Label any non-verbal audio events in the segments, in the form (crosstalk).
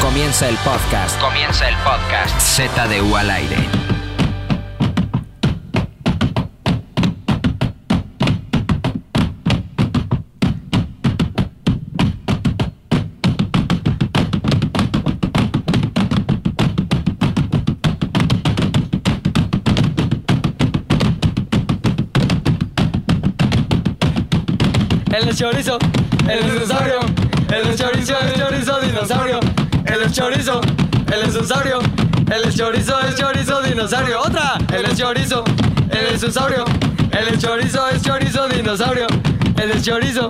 Comienza el podcast. Comienza el podcast. Z de U al aire. El chorizo, el dinosaurio, el chorizo, el chorizo, dinosaurio, el chorizo, el dinosaurio, el chorizo, el chorizo, dinosaurio, otra, el chorizo, el dinosaurio, el chorizo, el chorizo, dinosaurio, el chorizo,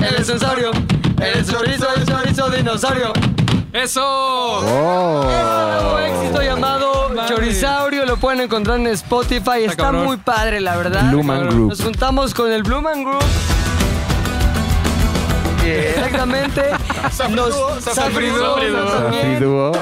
el dinosaurio, el chorizo, el chorizo, dinosaurio. ¡Eso! Nuevo éxito llamado Madre. Chorizaurio, lo pueden encontrar en Spotify, está, cabrón. muy padre la verdad. Blue Man Group. Nos juntamos con el Blue Man Group. (laughs) Exactamente. Nos Safriduo, Safriduo. también. Safridúo.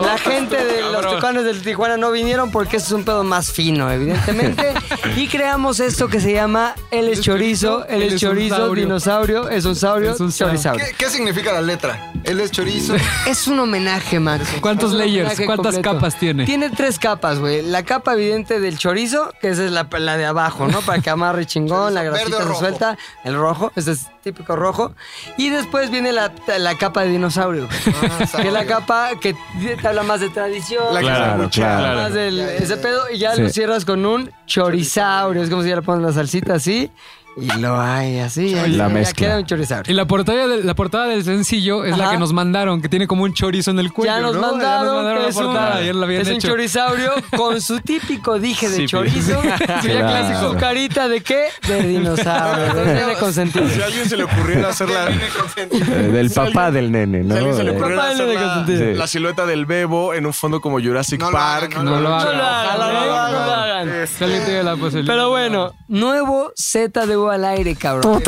La gente de los Cabrón. tucanes del Tijuana no vinieron porque eso es un pedo más fino, (laughs) evidentemente. y creamos esto que se llama El es Chorizo, El es Chorizo, Esonsaurio. Dinosaurio, Es Esonsaurio, Esonsaurio. Chorizaurio. ¿Qué, qué significa la letra? Él es chorizo. Es un homenaje, Max. ¿Cuántos Es un layers? homenaje ¿Cuántas capas tiene? Tiene tres capas, güey. La capa evidente del chorizo, que esa es la, la de abajo, ¿no? Para que (laughs) amarre chingón, la Chorizo verde grasita o se rojo. suelta. El rojo, ese es típico rojo. Y después viene la, la capa de dinosaurio, Ah, que es la sabio. capa que te habla más de tradición. La que Claro, se abuchea. claro. Más del, Ya, ya, ese ya. pedo y ya Sí. lo cierras con un chorizaurio. Es como si ya le pones la salsita así y lo hay así. La ya mezcla. queda un Y chorizaurio. la portada, del, la portada del sencillo es la Ajá. que nos mandaron, que tiene como un chorizo en el cuello. Ya nos ¿no? mandaron, mandaron que la es, un, portada, ya la habían es un hecho. chorizaurio con su típico dije de Sí, (laughs) chorizo. Sí, y ya Su clásico. carita de qué? De (laughs) dinosaurio. No tiene consentido. (laughs) Si a alguien se le ocurriera hacer la, Eh, Del papá del nene, ¿no? si a alguien se le Eh, ocurriera Papá, no hacer le la, consentí. la silueta del bebo en un fondo como Jurassic No lo Park, hagan, No lo No hagan. lo hagan, no lo hagan, no lo hagan. Si alguien tiene la posibilidad. Pero bueno, nuevo Z de U al aire, cabrón.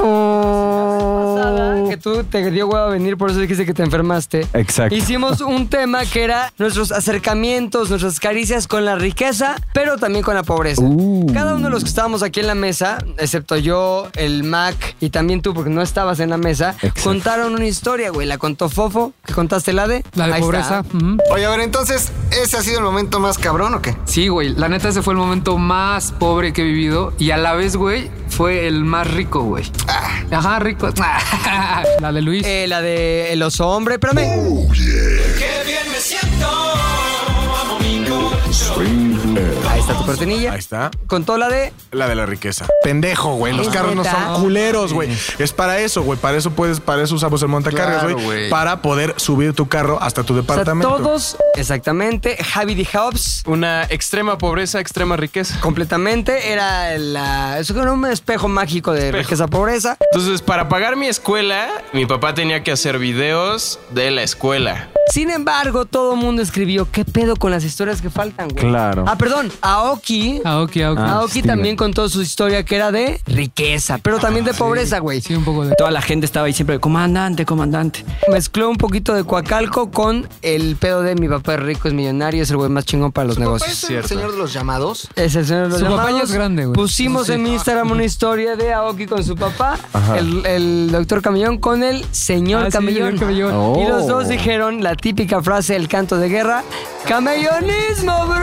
Pasada, Que tú te dio hueva venir, por eso dijiste que te enfermaste. Exacto. (laughs) Hicimos un tema que era nuestros acercamientos, nuestras caricias con la riqueza, pero también con la pobreza. Uh. Cada uno de los que estábamos aquí en la mesa, excepto yo, el Mac y también tú, porque no estabas en la mesa, Exacto. contaron una historia, güey. La contó Fofo, que contaste la de. La de Ahí pobreza. está. ujú. Oye, a ver, entonces, ¿ese ha sido el momento más cabrón o qué? Sí, güey. La neta, ese fue el momento más pobre que he vivido. Y a la vez, güey, fue el más rico, güey. Ajá, rico. La de Luis. Eh, la de El oso hombre, espérame. Ahí está tu cortinilla. Ahí está. Contó la de. La de la riqueza. Pendejo, güey. Los Es carros no neta. son culeros, güey. Es para eso, güey. Para eso puedes, para eso usamos el montacargas, Claro, güey. güey. para poder subir tu carro hasta tu O sea, departamento. todos, exactamente, Javi de Hobbs, Una extrema pobreza, extrema riqueza. completamente, era la, es como un espejo mágico de riqueza pobreza. Entonces, para pagar mi escuela, mi papá tenía que hacer videos de la escuela. Sin embargo, todo el mundo escribió, ¿qué pedo con las historias que faltan, güey? Claro. Ah, perdón, Aoki. Aoki, Aoki. Ah, Aoki Steven. también contó su historia que era de riqueza, pero también Ah, de pobreza, güey. Sí, un poco de. Toda la gente estaba ahí siempre, comandante, comandante. Mezcló un poquito de Coacalco con el pedo de mi papá es rico, es millonario, es el güey más chingón para los negocios. ¿Papá es el señor de los llamados? Es el señor de los Su papá llamados. ya es grande, güey. Pusimos en Instagram una historia de Aoki con su papá, el, el doctor Camellón, con el señor Ah, sí, Camellón. señor Camellón. Oh. Y los dos dijeron la típica frase del canto de guerra: ¡Camellonismo, bro!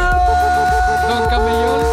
Don Camellón.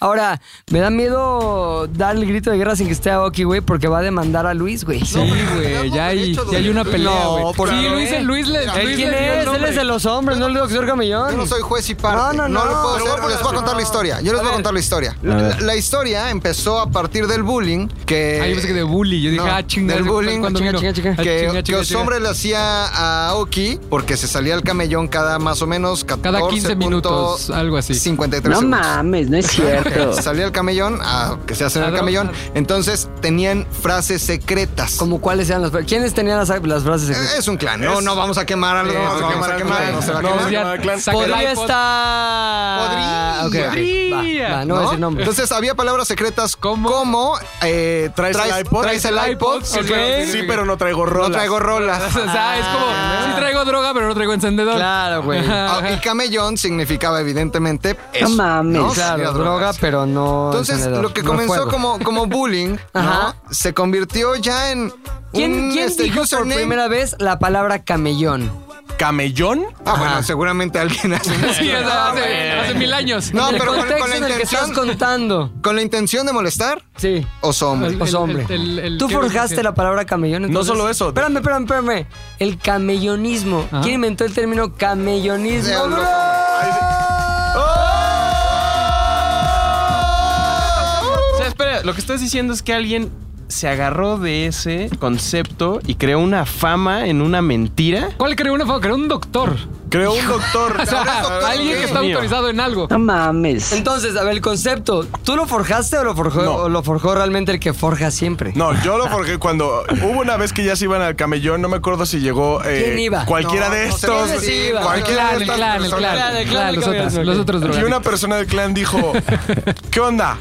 Ahora, me da miedo dar el grito de guerra sin que esté Aoki, güey, porque va a demandar a Luis, güey. Sí, güey. Ya hay, ya hay una pelea, güey. por sí, favor. Luis, Luis, le- ¿El Luis quién le dio es? el Él nombre. es de los hombres, no el doctor Camellón. Yo no soy juez y parte. No, no, no. lo puedo Pero hacer, voy a les voy a contar la historia. Yo les voy a contar la historia. A La, ver. la historia empezó a partir del bullying que... Ah, yo pensé que de bully. Yo dije, No, ah, chinga. del bullying, ¿cuándo chinga, vino? chinga, chinga. Ah, que, chinga, que chinga, los chinga. hombres le hacía a Aoki porque se salía el camellón cada más o menos 14 Cada 15 minutos, algo así. 53 No segundos. mames, (laughs) no es cierto. Se salía el camellón a que se hacen A el ver, camellón. a ver. Entonces tenían frases secretas. Como cuáles eran las ¿Quiénes tenían las, las frases? Eh, Es un clan. No, no vamos a quemar algo. no No, vamos a vamos a quemar, quemar. no no se va a No, quemar. ya, saca el Podría iPod. estar. Podría. Ok, ok, va, va, no, ¿no? voy a decir nombre. Entonces había palabras secretas ¿Cómo? como eh, ¿Traes el iPod? traes el iPod, Ok. Sí, pero no traigo rolas. no (laughs) traigo rolas. (laughs) O sea, es como, sí traigo droga, pero no traigo encendedor. (laughs) Claro, güey. Ah, Y camellón significaba evidentemente No eso. mames. ¿no? Claro, Las droga, drogas. pero no. Entonces encendedor, lo que no comenzó fuego. como, como bullying ¿no? Ajá. se convirtió ya en ¿Quién, un, quién este, dijo por username. primera vez la palabra camellón? ¿Camellón? Ah, bueno, seguramente alguien hace Sí, o sea, hace, hace mil años. No, el pero con, contexto con la en el que estás intención, contando. con la intención de molestar Sí. o sombre. El- Pues hombre. el- el- Tú ¿qué forjaste dice? la palabra camellón. entonces- solo eso. Espérame, espérame, espérame. El camellonismo. Ajá. ¿Quién inventó el término camellonismo? Diablo. O sea, espera, lo que estás diciendo es que alguien se agarró de ese concepto y creó una fama en una mentira. ¿Cuál creó una foto? Creó un doctor. Creo un (laughs) Ah, doctor. O sea, alguien que está mío. autorizado en algo. No mames. Entonces, a ver, el concepto, ¿tú lo forjaste o lo forjó, No. o lo forjó realmente el que forja siempre? No, yo lo forjé cuando hubo una vez que ya se iban al camellón, no me acuerdo si llegó eh, ¿Quién iba? cualquiera No, de no se estos. puede decir, iba. El clan, cualquiera el estas clan, el personas. clan. El clan, El clan, el los clan, otros, ok. los otros Y una drogadictos. persona del clan dijo, ¿qué onda?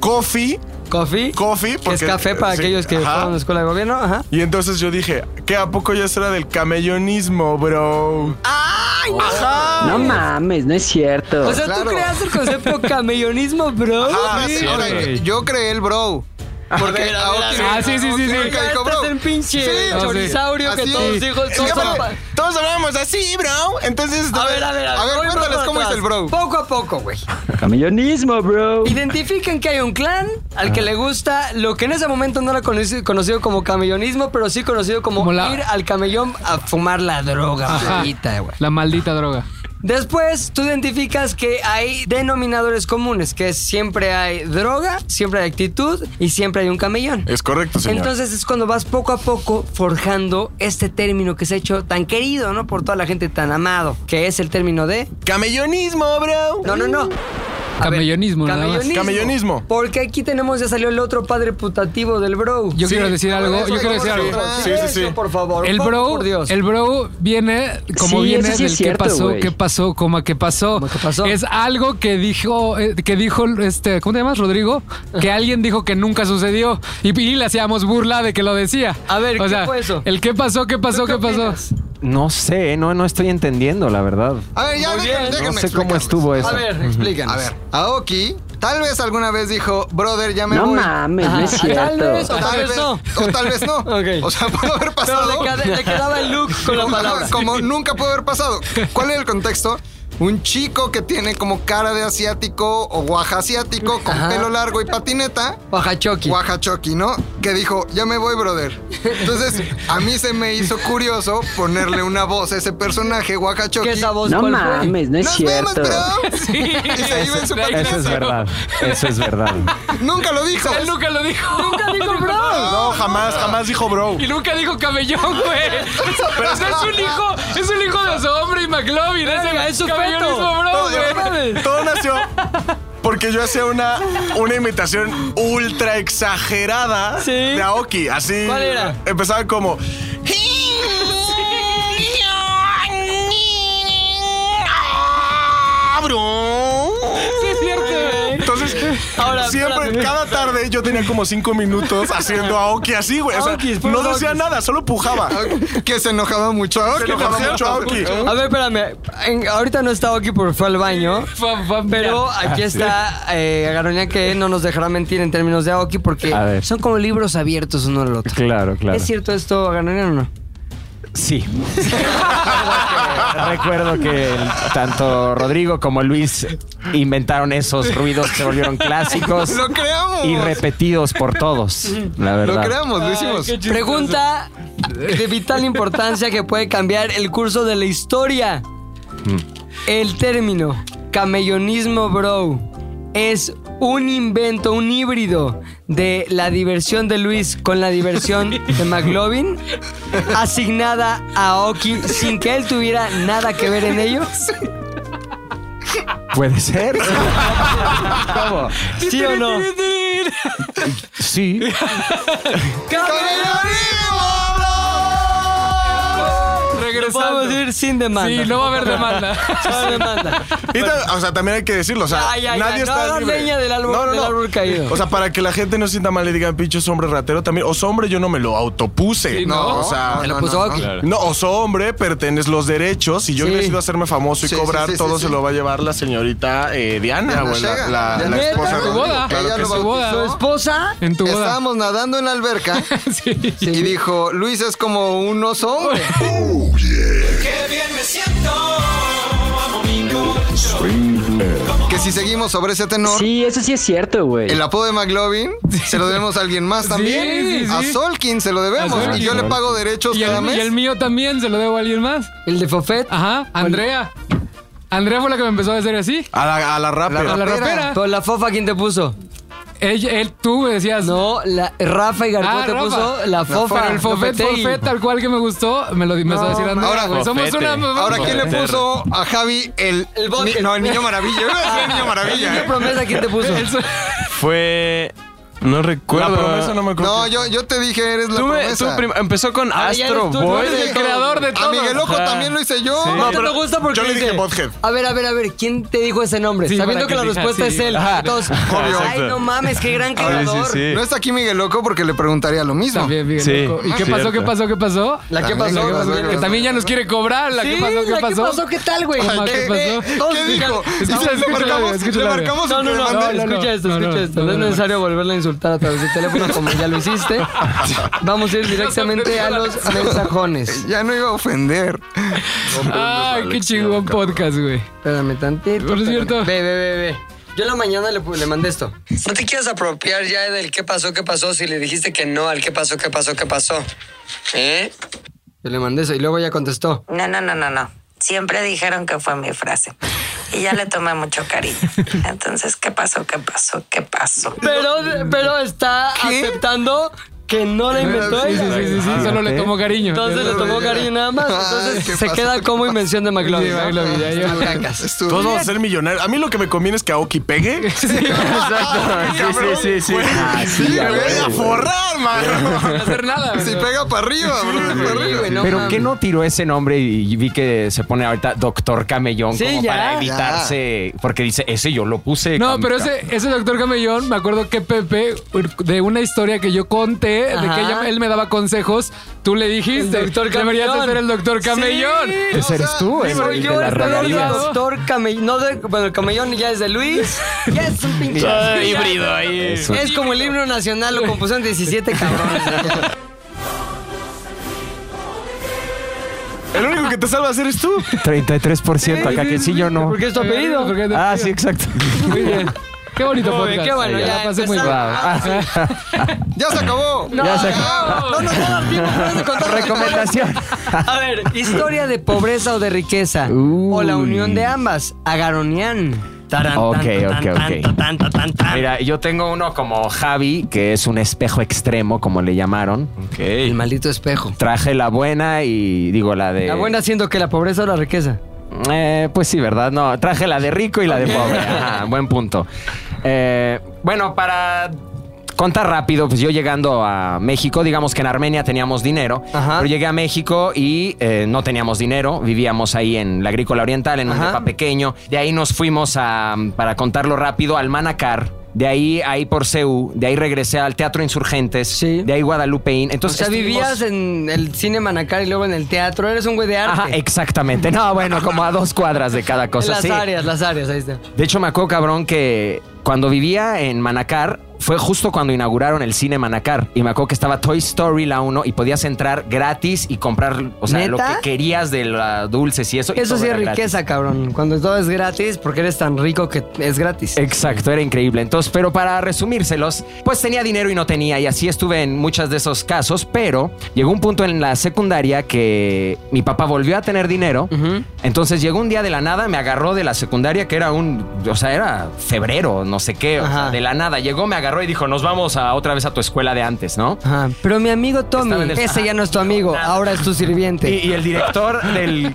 ¿Coffee? ¿Coffee? ¿Coffee? que es café para sí, aquellos que ajá. fueron a la escuela de gobierno. Ajá. Y entonces yo dije, ¿qué a poco ya será del camellonismo, bro? No mames, no es cierto. O sea, tú claro. creaste el concepto camellonismo, bro. Ah, Sí. ahora, güey. yo creé el bro. Porque Aoki- Ah, sí, sí, sí, sí. Aoki Este dijo, "Bro". es el pinche Sí. chorisaurio que Así todos es. dijo- Es todos que son aparte, pa- todos hablábamos así, bro. Entonces, A ver, a ver, a ver. voy por cuéntales cómo es atrás. el bro. Poco a poco, güey. Camellonismo, bro. Identifiquen que hay un clan al que le gusta lo que en ese momento no era conoci- conocido como camellonismo, pero sí conocido como, Como la- ir al camellón a fumar la droga, Ajá. maldita, güey. La maldita droga. Después, tú identificas que hay denominadores comunes, que es siempre hay droga, siempre hay actitud y siempre hay un camellón. Es correcto, Eh, señor. Entonces es cuando vas poco a poco forjando este término que se ha hecho tan querido, ¿no? Por toda la gente tan amado, que es el término de... ¡Camellonismo, bro! No, no, no. A ver, Camellonismo, nada más. Camellonismo. Porque aquí tenemos, ya salió el otro padre putativo del bro. Yo Sí. quiero decir algo. Yo quiero decir sí, algo. sí, Silencio, sí, sí. por favor. El por- bro, por Dios. el bro viene como Sí, viene eso sí del es cierto, qué pasó, güey. qué pasó, coma qué pasó. Coma, qué pasó. Es algo que dijo, eh, que dijo este, ¿cómo te llamas, Rodrigo? Que alguien dijo que nunca sucedió y, y le hacíamos burla de que lo decía. A ver, ¿qué fue eso? El qué pasó, qué pasó, ¿Tú qué qué pasó. opinas? No sé, no, no estoy entendiendo, la verdad. A ver, ya Muy déjenme, bien. déjenme No sé cómo explicarles. estuvo eso. A ver, explícanos. A ver, Aoki tal vez alguna vez dijo, brother, ya me No voy. mames, no es Ah, Tal vez, cierto. o tal vez no. O tal vez no. Ok. O sea, pudo Pero le, haber pasado. queda- le quedaba el look con la Ajá, palabra. Como nunca pudo haber pasado. ¿Cuál es el contexto? Un chico que tiene como cara de asiático o guaja asiático con Ajá. pelo largo y patineta. Oaxachoqui. Guajachoqui, ¿no? Que dijo, ya me voy, brother. Entonces, a mí se me hizo curioso ponerle una voz a ese personaje, Guajachoqui. ¿Qué es esa voz? No ¿Cuál fue? mames, no es ¡Nos vemos, cierto. bro! Y se iba en su patineta. Eso es verdad, eso es verdad. Nunca lo dijo. Él nunca lo dijo. Nunca dijo bro. No, jamás, jamás dijo bro. Y nunca dijo cabellón, güey. Pero es un hijo, es un hijo de su hombre y McLovin. Verga, es Es su el cabellonismo, feto. bro, Todo- güey. Todo nació porque yo hacía una, una imitación ultra exagerada Sí. de Aoki. Así. ¿Cuál era? Empezaba como. Sí, es cierto. Entonces, Ahora, siempre, espérame. cada tarde yo tenía como cinco minutos haciendo Aoki así, güey. O sea, Aokis, puros no decía Aokis. nada, solo pujaba. Que se enojaba mucho. Ah, Se que enojaba por mucho cierto, Aoki. A ver, espérame. En- ahorita no está aquí porque fue al baño. (laughs) Fue- fue a mirar. Pero aquí Ah, está eh, Garoña que no nos dejará mentir en términos de Aoki porque A ver. son como libros abiertos uno al otro. Claro, claro. ¿Es cierto esto, Garoña, o no? Sí. (laughs) Recuerdo que el- tanto Rodrigo como Luis inventaron esos ruidos que se (laughs) volvieron clásicos Lo creamos. y repetidos por todos, la Lo verdad. creamos, lo hicimos. Pregunta de vital importancia que puede cambiar el curso de la historia. El término camellonismo bro es un invento, un híbrido de la diversión de Luis con la diversión de McLovin asignada a Oki sin que él tuviera nada que ver en ello. ¿Puede (laughs) ser? ¿Cómo? ¿Sí o no? Sí. ¡Camellonismo, bro! regresando. podemos ir sin demanda. Sí, no va a haber demanda. Sin demanda. Y ta- o sea, también hay que decirlo. O sea, Ya, ya, ya, nadie no está hagas libre. leña del árbol- del árbol caído. O sea, para que la gente no sienta mal y digan, pinches hombre ratero también. Oso hombre, yo no me lo autopuse. Sí, no, no. o sea. Se No, lo puso Oki. oso hombre, pertenes los derechos. Si yo Sí. he decidido hacerme famoso y Sí, cobrar, sí, sí, todo sí, se sí. lo va a llevar la señorita eh, Diana, Diana güey, la- Shega. la, la Diana Neta, esposa. en tu de boda. Claro Ella que lo sí. tu boda. Su esposa. En tu boda. (laughs) Estábamos nadando en la alberca y dijo, Luis es como un oso hombre. Oh, Que si seguimos sobre ese tenor, Sí, eso sí es cierto, güey. el apodo de McLovin se lo debemos a alguien más también. sí, A sí. Solkin se lo debemos. A Solkin. Y yo le pago derechos Y cada el, mes. y el mío también, se lo debo a alguien más. El de Fofet. Ajá, Andrea. Andrea fue la que me empezó a decir así. A la, a la rapper. A la Rapera. rapera. Pero la fofa, ¿quién te puso? Ella- él, tú me decías. No, la, Rafa y García Ah, te Rafa. puso la fofa. Pero el forfait, Lopetegui. forfait, tal cual que me gustó, me lo empezó a decir Andrea. Ahora, güey. somos Fofete. una. Ahora, ¿quién le puso a Javi el... El bote. ni- no, el niño maravilla. Yo iba a decir el niño (laughs) maravilla. ¿Qué ¿eh? promesa quién te (laughs) puso? Fue. No La recuerdo. promesa no me acuerdo. No, yo, yo te dije, eres la Tú me- Eh, tú promesa. prim- empezó con Ah, ya Astro eres tú, Boy. tú eres el creador de a todo. Ah, Miguel Ojo Ajá. también lo hice yo. No, te lo gusta porque yo le dije dice, Bothead. A ver, a ver, a ver, ¿quién te dijo ese nombre? Sí, Sabiendo para que, que la diga, respuesta sí. Ah. es él. Ajá. (laughs) Todos, Obvio. Ay, Exacto. no mames, qué gran creador. No está aquí Miguel Loco porque le preguntaría lo mismo. También, Miguel Sí, Ojo. ¿Y qué cierto. pasó? ¿Qué pasó? ¿Qué pasó? La que También, la pasó. que pasó, también. la Que también ya nos quiere cobrar. La que Sí, pasó, la ¿qué que pasó? ¿Qué tal, güey? Ay, ¿qué pasó? Todos ¿Qué dijo? digan- Escucha, Le escucha, marcamos, escucha, le escucha. marcamos No, el no, que no, mande. no, no, escucha esto, no, no, escucha esto. no, No es no, no. necesario volverla a insultar a través del teléfono como ya lo (laughs) hiciste. Vamos a ir directamente a los mensajones. Ya no iba a ofender. Ay, qué chingón podcast, güey. Espérame tantito. Por espérame. cierto. Ve, ve, ve, ve. Yo en la mañana le, pu- le mandé esto. No te quieras apropiar ya del qué pasó, qué pasó, si le dijiste que no al qué pasó, qué pasó, qué pasó. ¿Eh? Yo le mandé eso y luego ella contestó. No, no, no, no, no. Siempre dijeron que fue mi frase. Y ya le tomé mucho (laughs) cariño. Entonces, ¿qué pasó? ¿Qué pasó? ¿Qué pasó? Pero, pero está aceptando que no la inventó Sí, sí, ella. sí, sí, sí, solo le tomo cariño. Entonces le tomó cariño nada más. Entonces Ay, ¿qué se pasó? queda como invención de McLovin. Sí, ¿no? McLovin, ya, ya. Tú cacas. Estuvo Todos vamos bien. a ser millonarios. A mí lo que me conviene es que Aoki pegue. Sí, sí, sí, sí. Ah, Sí, Me voy a güey. forrar, mano. No hacer nada. (laughs) güey. Si pega para arriba, bro, para arriba. güey, no Pero mames. que no tiró ese nombre y y vi que se pone ahorita Doctor Camellón Sí, como ya, para evitarse. Porque dice, ese yo lo puse. No, cam- pero ese, ese doctor Camellón, me acuerdo que Pepe, de una historia que yo conté, de Ajá. que ella- él me daba consejos, tú le dijiste, El doctor deberías de Camellón". ser el doctor Camellón. Sí. Ese eres tú, el, Soy el yo de el las peor regalías. doctor camellón. No de, bueno, el camellón ya es de Luis. Ya es un pinche. (laughs) Híbrido ahí. Eso. Es como el himno nacional, lo compusieron 17 cabrones. (laughs) El único que te salva hacer es tú. 33% acá que sí yo no. Porque es tu apellido. Porque- Ah, sí, exacto. (laughs) Muy bien. Qué bonito Muy bien, podcast. qué bueno, La ya pasé muy empezamos. bien. Ya se acabó. ya se acabó. No nos va a dar tiempo para de contar. Recomendación. A ver, historia de pobreza o de riqueza. O la unión de ambas. Agaronian. Tarán, Ok, tan, ok, tan, ok. tan, tan, tan, tan, tan. Mira, yo tengo uno como Javi, que es un espejo extremo, como le llamaron. El maldito espejo. Traje la buena y digo la de. La buena siendo que la pobreza o la riqueza. Eh, pues sí, ¿verdad? No, traje la de rico y la de (laughs) pobre. Ajá, buen punto. Eh, bueno, para contar rápido, pues yo llegando a México, digamos que en Armenia teníamos dinero, Ajá. pero llegué a México y eh, no teníamos dinero, vivíamos ahí en la Agrícola Oriental, en un Ajá. depa pequeño. De ahí nos fuimos a, para contarlo rápido, al Manacar. De ahí, ahí por CEU, de ahí regresé al Teatro Insurgentes, Sí. de ahí Guadalupeín. O Entonces sea, estuvimos- vivías en el cine Manacar y luego en el teatro. Eres un güey de arte. Ajá, exactamente. No, bueno, como a dos cuadras de (laughs) cada cosa. las sí. áreas, las áreas, ahí está. De hecho, me acuerdo, cabrón, que cuando vivía en Manacar, fue justo cuando inauguraron el cine Manacar. Y me acuerdo que estaba Toy Story la 1 y podías entrar gratis y comprar, o sea, ¿Neta? lo que querías de la dulces y eso. y Eso todo sí es era gratis. riqueza, cabrón. Cuando todo es gratis, porque eres tan rico que es gratis. Exacto, era increíble. Entonces, pero para resumírselos, pues tenía dinero y no tenía, y así estuve en muchos de esos casos, pero llegó un punto en la secundaria que mi papá volvió a tener dinero, entonces llegó un día de la nada, me agarró de la secundaria, que era un, o sea, era febrero, no sé qué, o sea, Ajá. de la nada, llegó, me agarró agarró y dijo, nos vamos a otra vez a tu escuela de antes, ¿no? Ajá. Pero mi amigo Tommy, Estaba en el- ese ya no es tu amigo, ahora es tu sirviente. Y, y el director (laughs) del.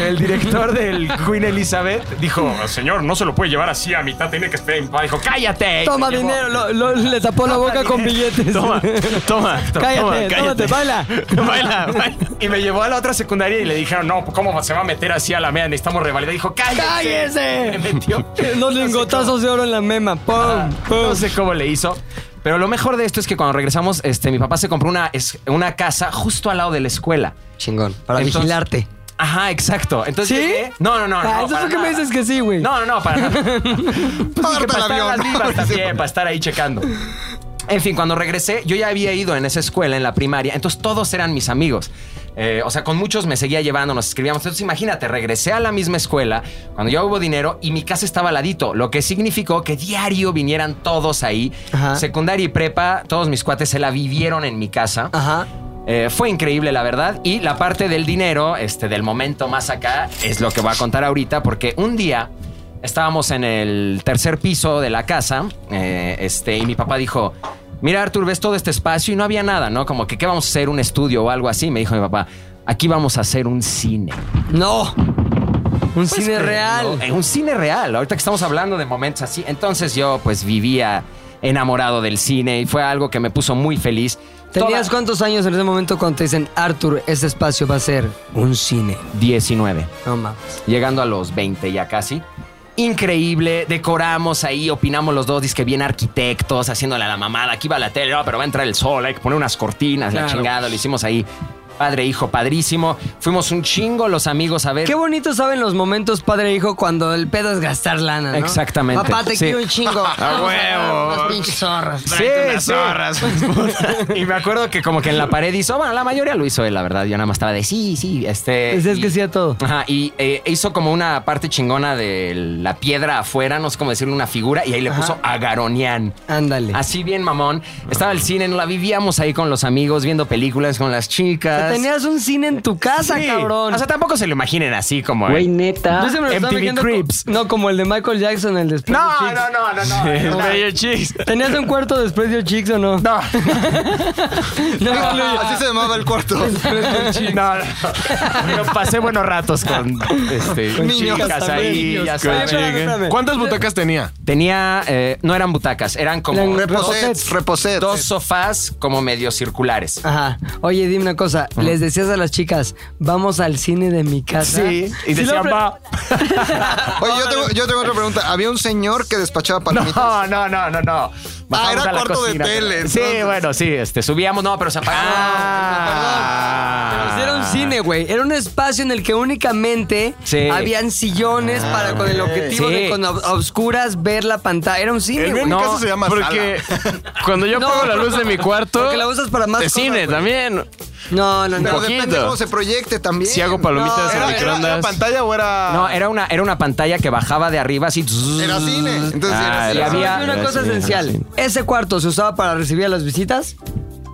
el director del Queen Elizabeth dijo: Señor, no se lo puede llevar así a mitad, tiene que estar en paz". Dijo: ¡Cállate! Toma Y se llevó- dinero, lo- lo- le tapó la boca con billetes. (laughs) Toma, toma, toma, cállate, cállate. tómate, baila. (laughs) Baila, baila. Y me llevó a la otra secundaria y le dijeron: No, ¿cómo se va a meter así a la media? Necesitamos revalidar. Dijo: ¡Cállese! (laughs) ¡Cállese! Me metió. Los lingotazos de oro en la mema. ¡Pum! Ah, No sé cómo le hizo. Pero lo mejor de esto es que cuando regresamos, este, mi papá se compró una, es- una casa justo al lado de la escuela. Chingón. Para Entonces- vigilarte. Ajá, exacto. Entonces, llegué- No, no, no. Ah, no, eso es para lo que me nada. dices que sí, güey. No, no, no, para nada. (laughs) Pues sí, que Parte el para estar avión. las vivas también, para estar ahí checando. En fin, cuando regresé, yo ya había ido en esa escuela, en la primaria, entonces todos eran mis amigos. Eh, o sea, con muchos me seguía llevando, nos escribíamos. Entonces, imagínate, regresé a la misma escuela cuando ya hubo dinero y mi casa estaba al ladito, lo que significó que diario vinieran todos ahí. Ajá. Secundaria y prepa, todos mis cuates se la vivieron en mi casa. Ajá. Eh, fue increíble, la verdad. Y la parte del dinero, este, del momento más acá, es lo que voy a contar ahorita, porque un día estábamos en el tercer piso de la casa, eh, este, y mi papá dijo. Mira, Artur, ves todo este espacio y no había nada, ¿no? Como que, ¿qué vamos a hacer? ¿Un estudio o algo así? Me dijo mi papá, aquí vamos a hacer un cine. No. Un cine Pues, real. no, eh, un cine real. Ahorita que estamos hablando de momentos así. Entonces yo, pues, vivía enamorado del cine y fue algo que me puso muy feliz. ¿Tenías Toda- cuántos años en ese momento cuando te dicen, Arthur, este espacio va a ser un cine? 19. No mames. llegando a los 20 ya casi. Increíble, decoramos ahí, opinamos los dos, que bien arquitectos, haciéndole a la mamada, aquí va la tele, no, pero va a entrar el sol, hay que poner unas cortinas, la Claro. chingada, lo hicimos ahí. Padre, hijo, padrísimo. Fuimos un chingo los amigos a ver. Qué bonito saben los momentos padre e hijo cuando el pedo es gastar lana, ¿no? Exactamente, Papá, te sí. quiero un chingo. ¡A huevo! Las pinches zorras. Sí, sí. (laughs) y me acuerdo que como que en la pared hizo, bueno, la mayoría lo hizo él, la verdad. Yo nada más estaba de sí, sí, este. Pues es que y- sí a todo. Ajá, y eh, hizo como una parte chingona de la piedra afuera, no sé cómo decirle, una figura, y ahí le puso Agaronian. Ándale. Así bien mamón. Estaba el cine, no la vivíamos ahí con los amigos, viendo películas con las O chicas. sea, tenías un cine en tu casa, Sí. cabrón. O sea, tampoco se lo imaginen así como... Güey, eh. neta. Yo siempre lo MTV estaba imaginando co- Cribs. No, como el de Michael Jackson, el de Spread Your No, Cheeks. no, no, no, no. Bello chis. ¿Tenías un cuarto de Spread Your Cheeks o no? No, (laughs) No, (laughs) incluye. Así se llamaba el cuarto. no, no. Pero pasé buenos ratos con este, Niños chicas ahí, también, ya niños. sabes. espérame, espérame. ¿Cuántas butacas tenía? Tenía, eh, no eran butacas, eran como Eran Reposets, reposets. dos sofás como medio circulares. Ajá. Oye, dime una cosa. Les decías a las chicas, vamos al cine de mi casa. y decían, lo- va. Oye, yo tengo, yo tengo otra pregunta. Había un señor que despachaba palomitas. No, no, no, no, no. Ah, Bajamos era a la cuarto de cocina. tele, Sí, entonces. bueno, sí, este, subíamos, no, pero se Ah. apagaba. Ah, Pues (laughs) Era un cine, güey. Era un espacio en el que únicamente Sí. Ah, habían sillones para con el objetivo Sí. de con ob- a oscuras ver la pantalla. Era un cine, En mi güey. No, casa se llama Porque cuando yo No. apago la luz (laughs) de mi cuarto, Porque la usas para más de cosas, cine güey. también. No, no, Pero no. depende poquito. cómo se proyecte también. Si hago palomitas ¿Era, en era- era microondas. pantalla o era.? No, era una, era una pantalla que bajaba de arriba así. Era cine. Entonces era Ah, cine. y mm, había- Pero una cosa sí, esencial. sí. ¿Ese cuarto se usaba para recibir a las visitas?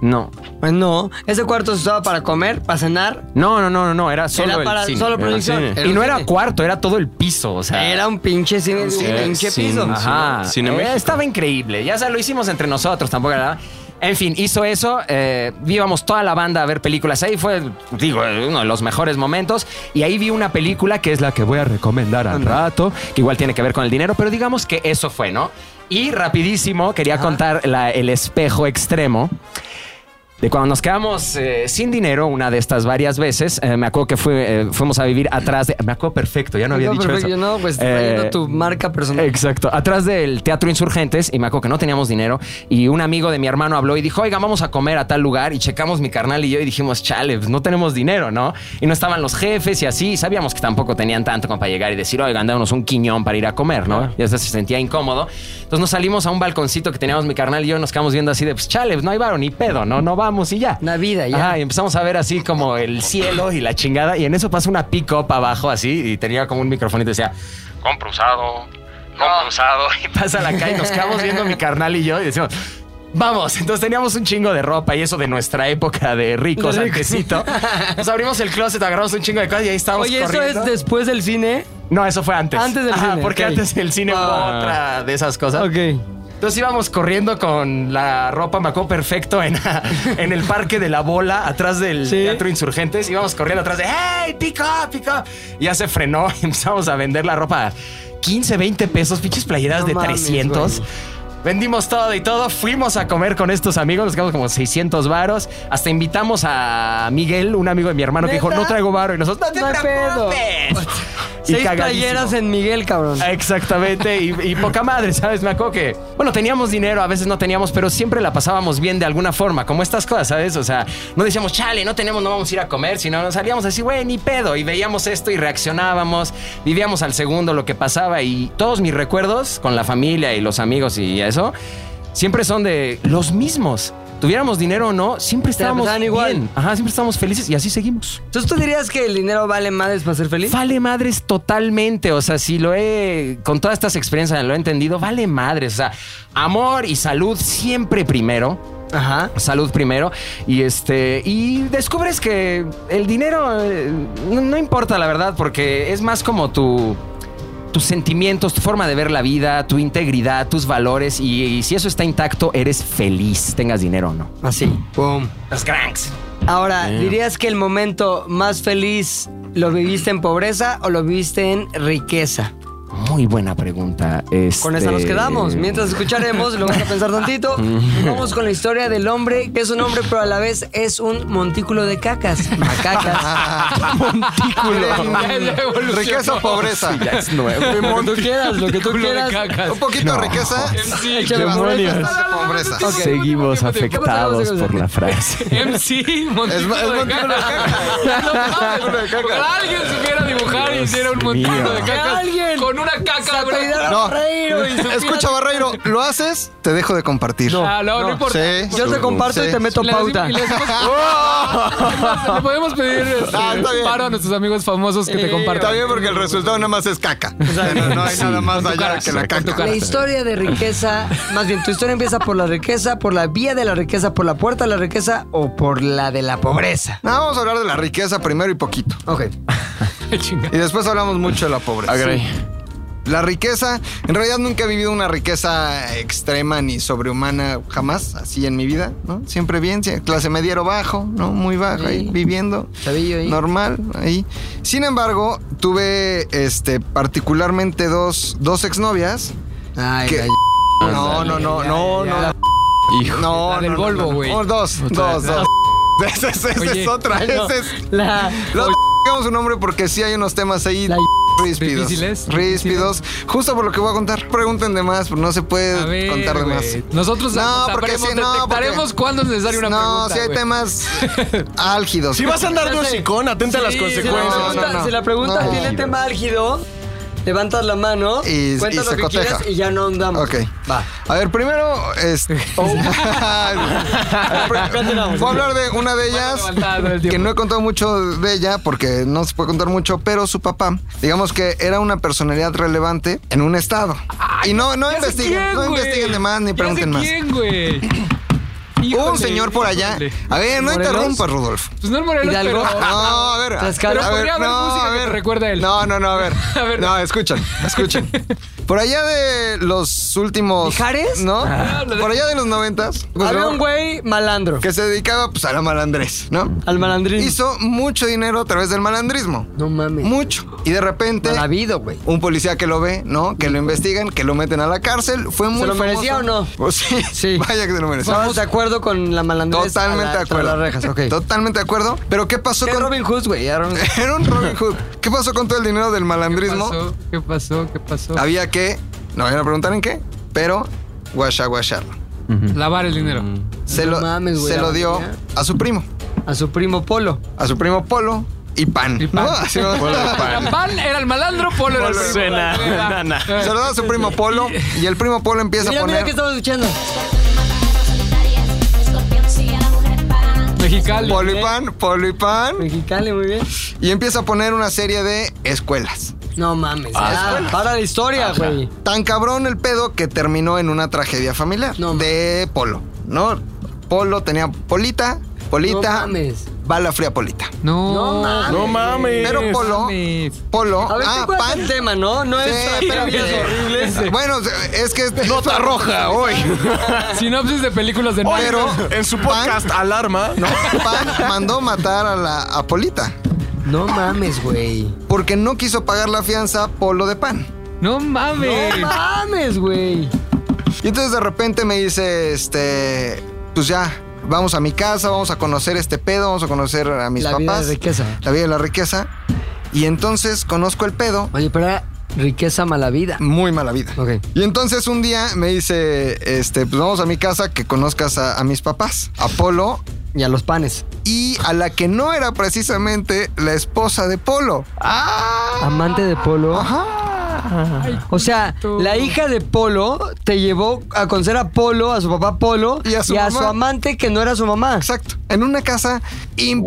No. Pues no. ¿Ese cuarto se usaba para comer, para cenar? No, no, no, no, no, era solo era el para cine. solo Era proyección. cine. cine. Y no era cuarto, era todo el piso, o sea. Era un pinche cine, de un cine, pinche cine, piso. cine. Ajá. Cine Eh, México. estaba increíble. Ya se lo hicimos entre nosotros, tampoco era. En fin, hizo eso. eh, íbamos toda la banda a ver películas. Ahí fue, digo, eh, uno de los mejores momentos. Y ahí vi una película que es la que voy a recomendar al rato, que igual tiene que ver con el dinero, pero digamos que eso fue, ¿no? Y rapidísimo, quería contar la- el espejo extremo. De cuando nos quedamos eh, sin dinero, una de estas varias veces, eh, me acuerdo que fue, eh, fuimos a vivir atrás de. Me acuerdo perfecto, ya no había No, dicho perfecto, eso. no, pues está Eh, yendo tu marca (laughs) personal. Exacto. Atrás del Teatro Insurgentes, y me acuerdo que no teníamos dinero, y un amigo de mi hermano habló y dijo, oiga, vamos a comer a tal lugar, y checamos mi carnal y yo, y dijimos, chale, pues no tenemos dinero, ¿no? Y no estaban los jefes y así, y sabíamos que tampoco tenían tanto como para llegar y decir, oigan, dámonos un quiñón para ir a comer, ¿no? Y hasta se sentía incómodo. Entonces nos salimos a un balconcito que teníamos mi carnal y yo, y nos quedamos viendo así de, pues chale, pues, no hay varo, ni pedo, ¿no? No vamos y ya. La vida, ya. Ajá, y empezamos a ver así como el cielo y la chingada. Y en eso pasa una pick-up abajo así y tenía como un microfonito y decía, compra usado, compra usado. Y pasa la calle, nos quedamos viendo mi carnal y yo y decimos, Vamos, entonces teníamos un chingo de ropa y eso de nuestra época de ricos, De ricos. antecito. Nos abrimos el closet, agarramos un chingo de cosas y ahí estábamos Oye, ¿eso corriendo. es después del cine? No, eso fue antes. Antes del Ajá, cine, Porque ok. antes el cine Ah. fue otra de esas cosas. Ok. Entonces íbamos corriendo con la ropa, me acuerdo perfecto, en, (laughs) en el parque de la bola, atrás del Teatro Insurgentes. Íbamos corriendo atrás de, ¡Hey, pick up, pick up! Y ya se frenó (laughs) y empezamos a vender la ropa a 15, 20 pesos, pinches playeras No de mames, 300. Vendimos todo y todo, fuimos a comer con estos amigos, nos quedamos como 600 varos. Hasta invitamos a Miguel, un amigo de mi hermano, que dijo, ¿Neta? no traigo varo. Y nosotros, no te No hay pedo. (laughs) preocupes. Y Seis cagadísimo. playeras en Miguel, cabrón. Exactamente, y, y poca madre, ¿sabes? Me acuerdo que, bueno, teníamos dinero, a veces no teníamos, pero siempre la pasábamos bien de alguna forma, como estas cosas, ¿sabes? O sea, no decíamos, chale, no tenemos, no vamos a ir a comer, sino nos salíamos así, güey, ni pedo, y veíamos esto y reaccionábamos, vivíamos al segundo lo que pasaba, y todos mis recuerdos con la familia y los amigos y eso, siempre son de los mismos. Tuviéramos dinero o no, siempre Te la estábamos pasaban igual. bien. Ajá, siempre estábamos felices y así seguimos. Entonces tú dirías que el dinero vale madres para ser feliz. Vale madres totalmente. O sea, si lo he. Con todas estas experiencias lo he entendido, vale madres. O sea, amor y salud siempre primero. Ajá. Salud primero. Y este. Y descubres que el dinero eh, no, no importa, la verdad, porque es más como tu. Tus sentimientos, tu forma de ver la vida, tu integridad, tus valores. Y, y si eso está intacto, eres feliz, tengas dinero o no. Así. Boom. Los cranks. Ahora, Yeah. ¿dirías que el momento más feliz lo viviste en pobreza o lo viviste en riqueza? Muy buena pregunta. Con esa nos Este- (laughs) quedamos. Mientras escucharemos, lo vamos a pensar (laughs) tantito. Vamos con la historia del hombre, que es un hombre, pero a la vez es un montículo de cacas. (laughs) Macacas. Montículo. riqueza o pobreza. Sí, ya es nuevo. Lo que tú quieras, lo que tú quieras. Un poquito No. de (laughs) riqueza. Sí, Échale más demonios. riqueza, pobreza. Seguimos afectados por la frase. (laughs) MC, montículo es de montículo caca. Ojalá alguien supiera dibujar y hiciera un montículo mío. de caca. Con una caca, güey. No. Escucha, Barreiro, ¿lo haces? Te dejo de compartir. Ah, no, no importa. Sí. Yo te comparto y te meto Le- pauta. le- Le podemos pedir este, Ah, está bien. Eh, paro a nuestros amigos famosos que te compartan. Está bien porque el resultado nada más es caca. O sea, no, no hay Sí. nada más Con tu allá cara, que la con tu caca. cara. La historia de riqueza, más bien, tu historia empieza por la riqueza, por la vía de la riqueza, por la puerta de la riqueza o por la de la pobreza. No, vamos a hablar de la riqueza primero y poquito. Ok. (laughs) y después hablamos mucho de la pobreza. Ah, caray. La riqueza, en realidad nunca he vivido una riqueza extrema ni sobrehumana jamás, así en mi vida, ¿no? Siempre bien, sí, clase media o bajo, ¿no? Muy bajo, ahí viviendo. Chavillo ahí. Normal, ahí. Sin embargo, tuve este, particularmente dos, dos exnovias. Ay, que- la- No, no, no, no, no. Hijo. No, La del no, no, Volvo, no, no. güey. Oh, Dos, dos, (laughs) dos. Esa es, esa Oye, es otra, ay, no. esa es... La... No digamos su nombre porque sí hay unos temas ahí ríspidos. Difíciles. Ríspidos. Justo por lo que voy a contar. Pregunten de más, no se A ver, puede contar de más. güey. Nosotros No, porque sabremos, sí, no, detectaremos porque- cuándo es necesaria una No, pregunta. si hay güey. temas (laughs) álgidos. Si vas a andar de Ya sé. hocicón, atenta a las Sí, Si la consecuencias. pregunta, no, no. si la pregunta No. tiene tema álgido, levantas la mano, Y- cuentas y se lo que quieras coteja. y ya no andamos. Ok. Va. A ver, primero, (laughs) este. Voy a hablar de una de ellas levantada todo el tiempo. que no he contado mucho de ella porque no se puede contar mucho, pero su papá, digamos que era una personalidad relevante en un estado. Y no, no ¿Ya sé investiguen, quién, no güey? investiguen de más ni ¿Ya pregunten sé más. quién, güey? Hubo un Híjole, señor por allá. híjole. A ver, no ¿Morelos? interrumpas, Rodolfo. Pues no el Morelos, Hidalgo. No, pero... (laughs) a ver. Tlaxcala. a Pero ver, podría haber música que te recuerde a él. No, no, no, a ver. (laughs) A ver. No, escuchen, (laughs) escuchen. Por allá de los últimos. ¿Mijares? ¿No? Ah, Por allá de los noventas. pues, Había ¿no? un güey malandro. Que se dedicaba pues a la malandrés, ¿no? Al malandrín. Hizo mucho dinero a través del malandrismo. No mames. Mucho. Y de repente. Mal habido, güey. Un policía que lo ve, ¿no? Que lo investigan, que lo meten a la cárcel. Fue muy lo merecía famoso. o no? Pues sí. Sí. (laughs) Vaya que se lo merecía. Estamos de acuerdo con la malandrés. Totalmente a la- de acuerdo. tras las rejas, ok. Totalmente de acuerdo. Pero ¿qué pasó Era con Robin Hood, güey. era Robin- (laughs) Era un Robin Hood. ¿Qué pasó con todo el dinero del ¿Qué malandrismo? pasó? ¿Qué pasó? ¿Qué pasó? Había que, no vayan a preguntar en qué, pero guasha guasharlo. Lavar el dinero. Mm. Se, No lo, mames, güey, se la lo dio batería. a su primo, A su primo Polo. a su primo Polo y Pan. Y Pan. ¿no? (laughs) Así va. Pan era el malandro, Polo era el Polo (laughs) Suena. Era- nana. Se lo da a su primo Polo y el primo Polo empieza a Mira, mira poner... que estamos escuchando. Mexicali. Polo ¿eh? y Pan, Polo y Pan, Mexicali, muy bien. y empieza a poner una serie de escuelas. No mames. Ah, ya, para la historia, güey. Tan cabrón el pedo que terminó en una tragedia familiar No, de Polo. ¿no? Polo tenía Polita, Polita, bala fría Polita. No, No mames. No mames. Pero Polo, Polo, A ver, ah, ¿tú cuál pan es el tema, no? No es- pero es (laughs) horrible ese. Bueno, es que es (laughs) nota roja hoy. Sinopsis de películas de Pero en su podcast alarma, ¿no? Pan mandó matar a la a Polita. No mames, güey. Porque no quiso pagar la fianza Polo de Pan. No mames. No mames, güey. Y entonces de repente me dice, este, pues ya, vamos a mi casa, vamos a conocer este pedo, vamos a conocer a mis La papás. vida de riqueza. La vida de la riqueza. Y entonces conozco el pedo. Oye, pero era riqueza mala vida. Muy mala vida. Ok. Y entonces un día me dice, este, pues vamos a mi casa que conozcas a, a mis papás, a Polo Y a los panes. y a la que no era precisamente la esposa de Polo. Amante de Polo. Ah. Ah. O sea, la hija de Polo te llevó a conocer a Polo, a su papá Polo Y a su mamá. amante que no era su mamá. Exacto. En una casa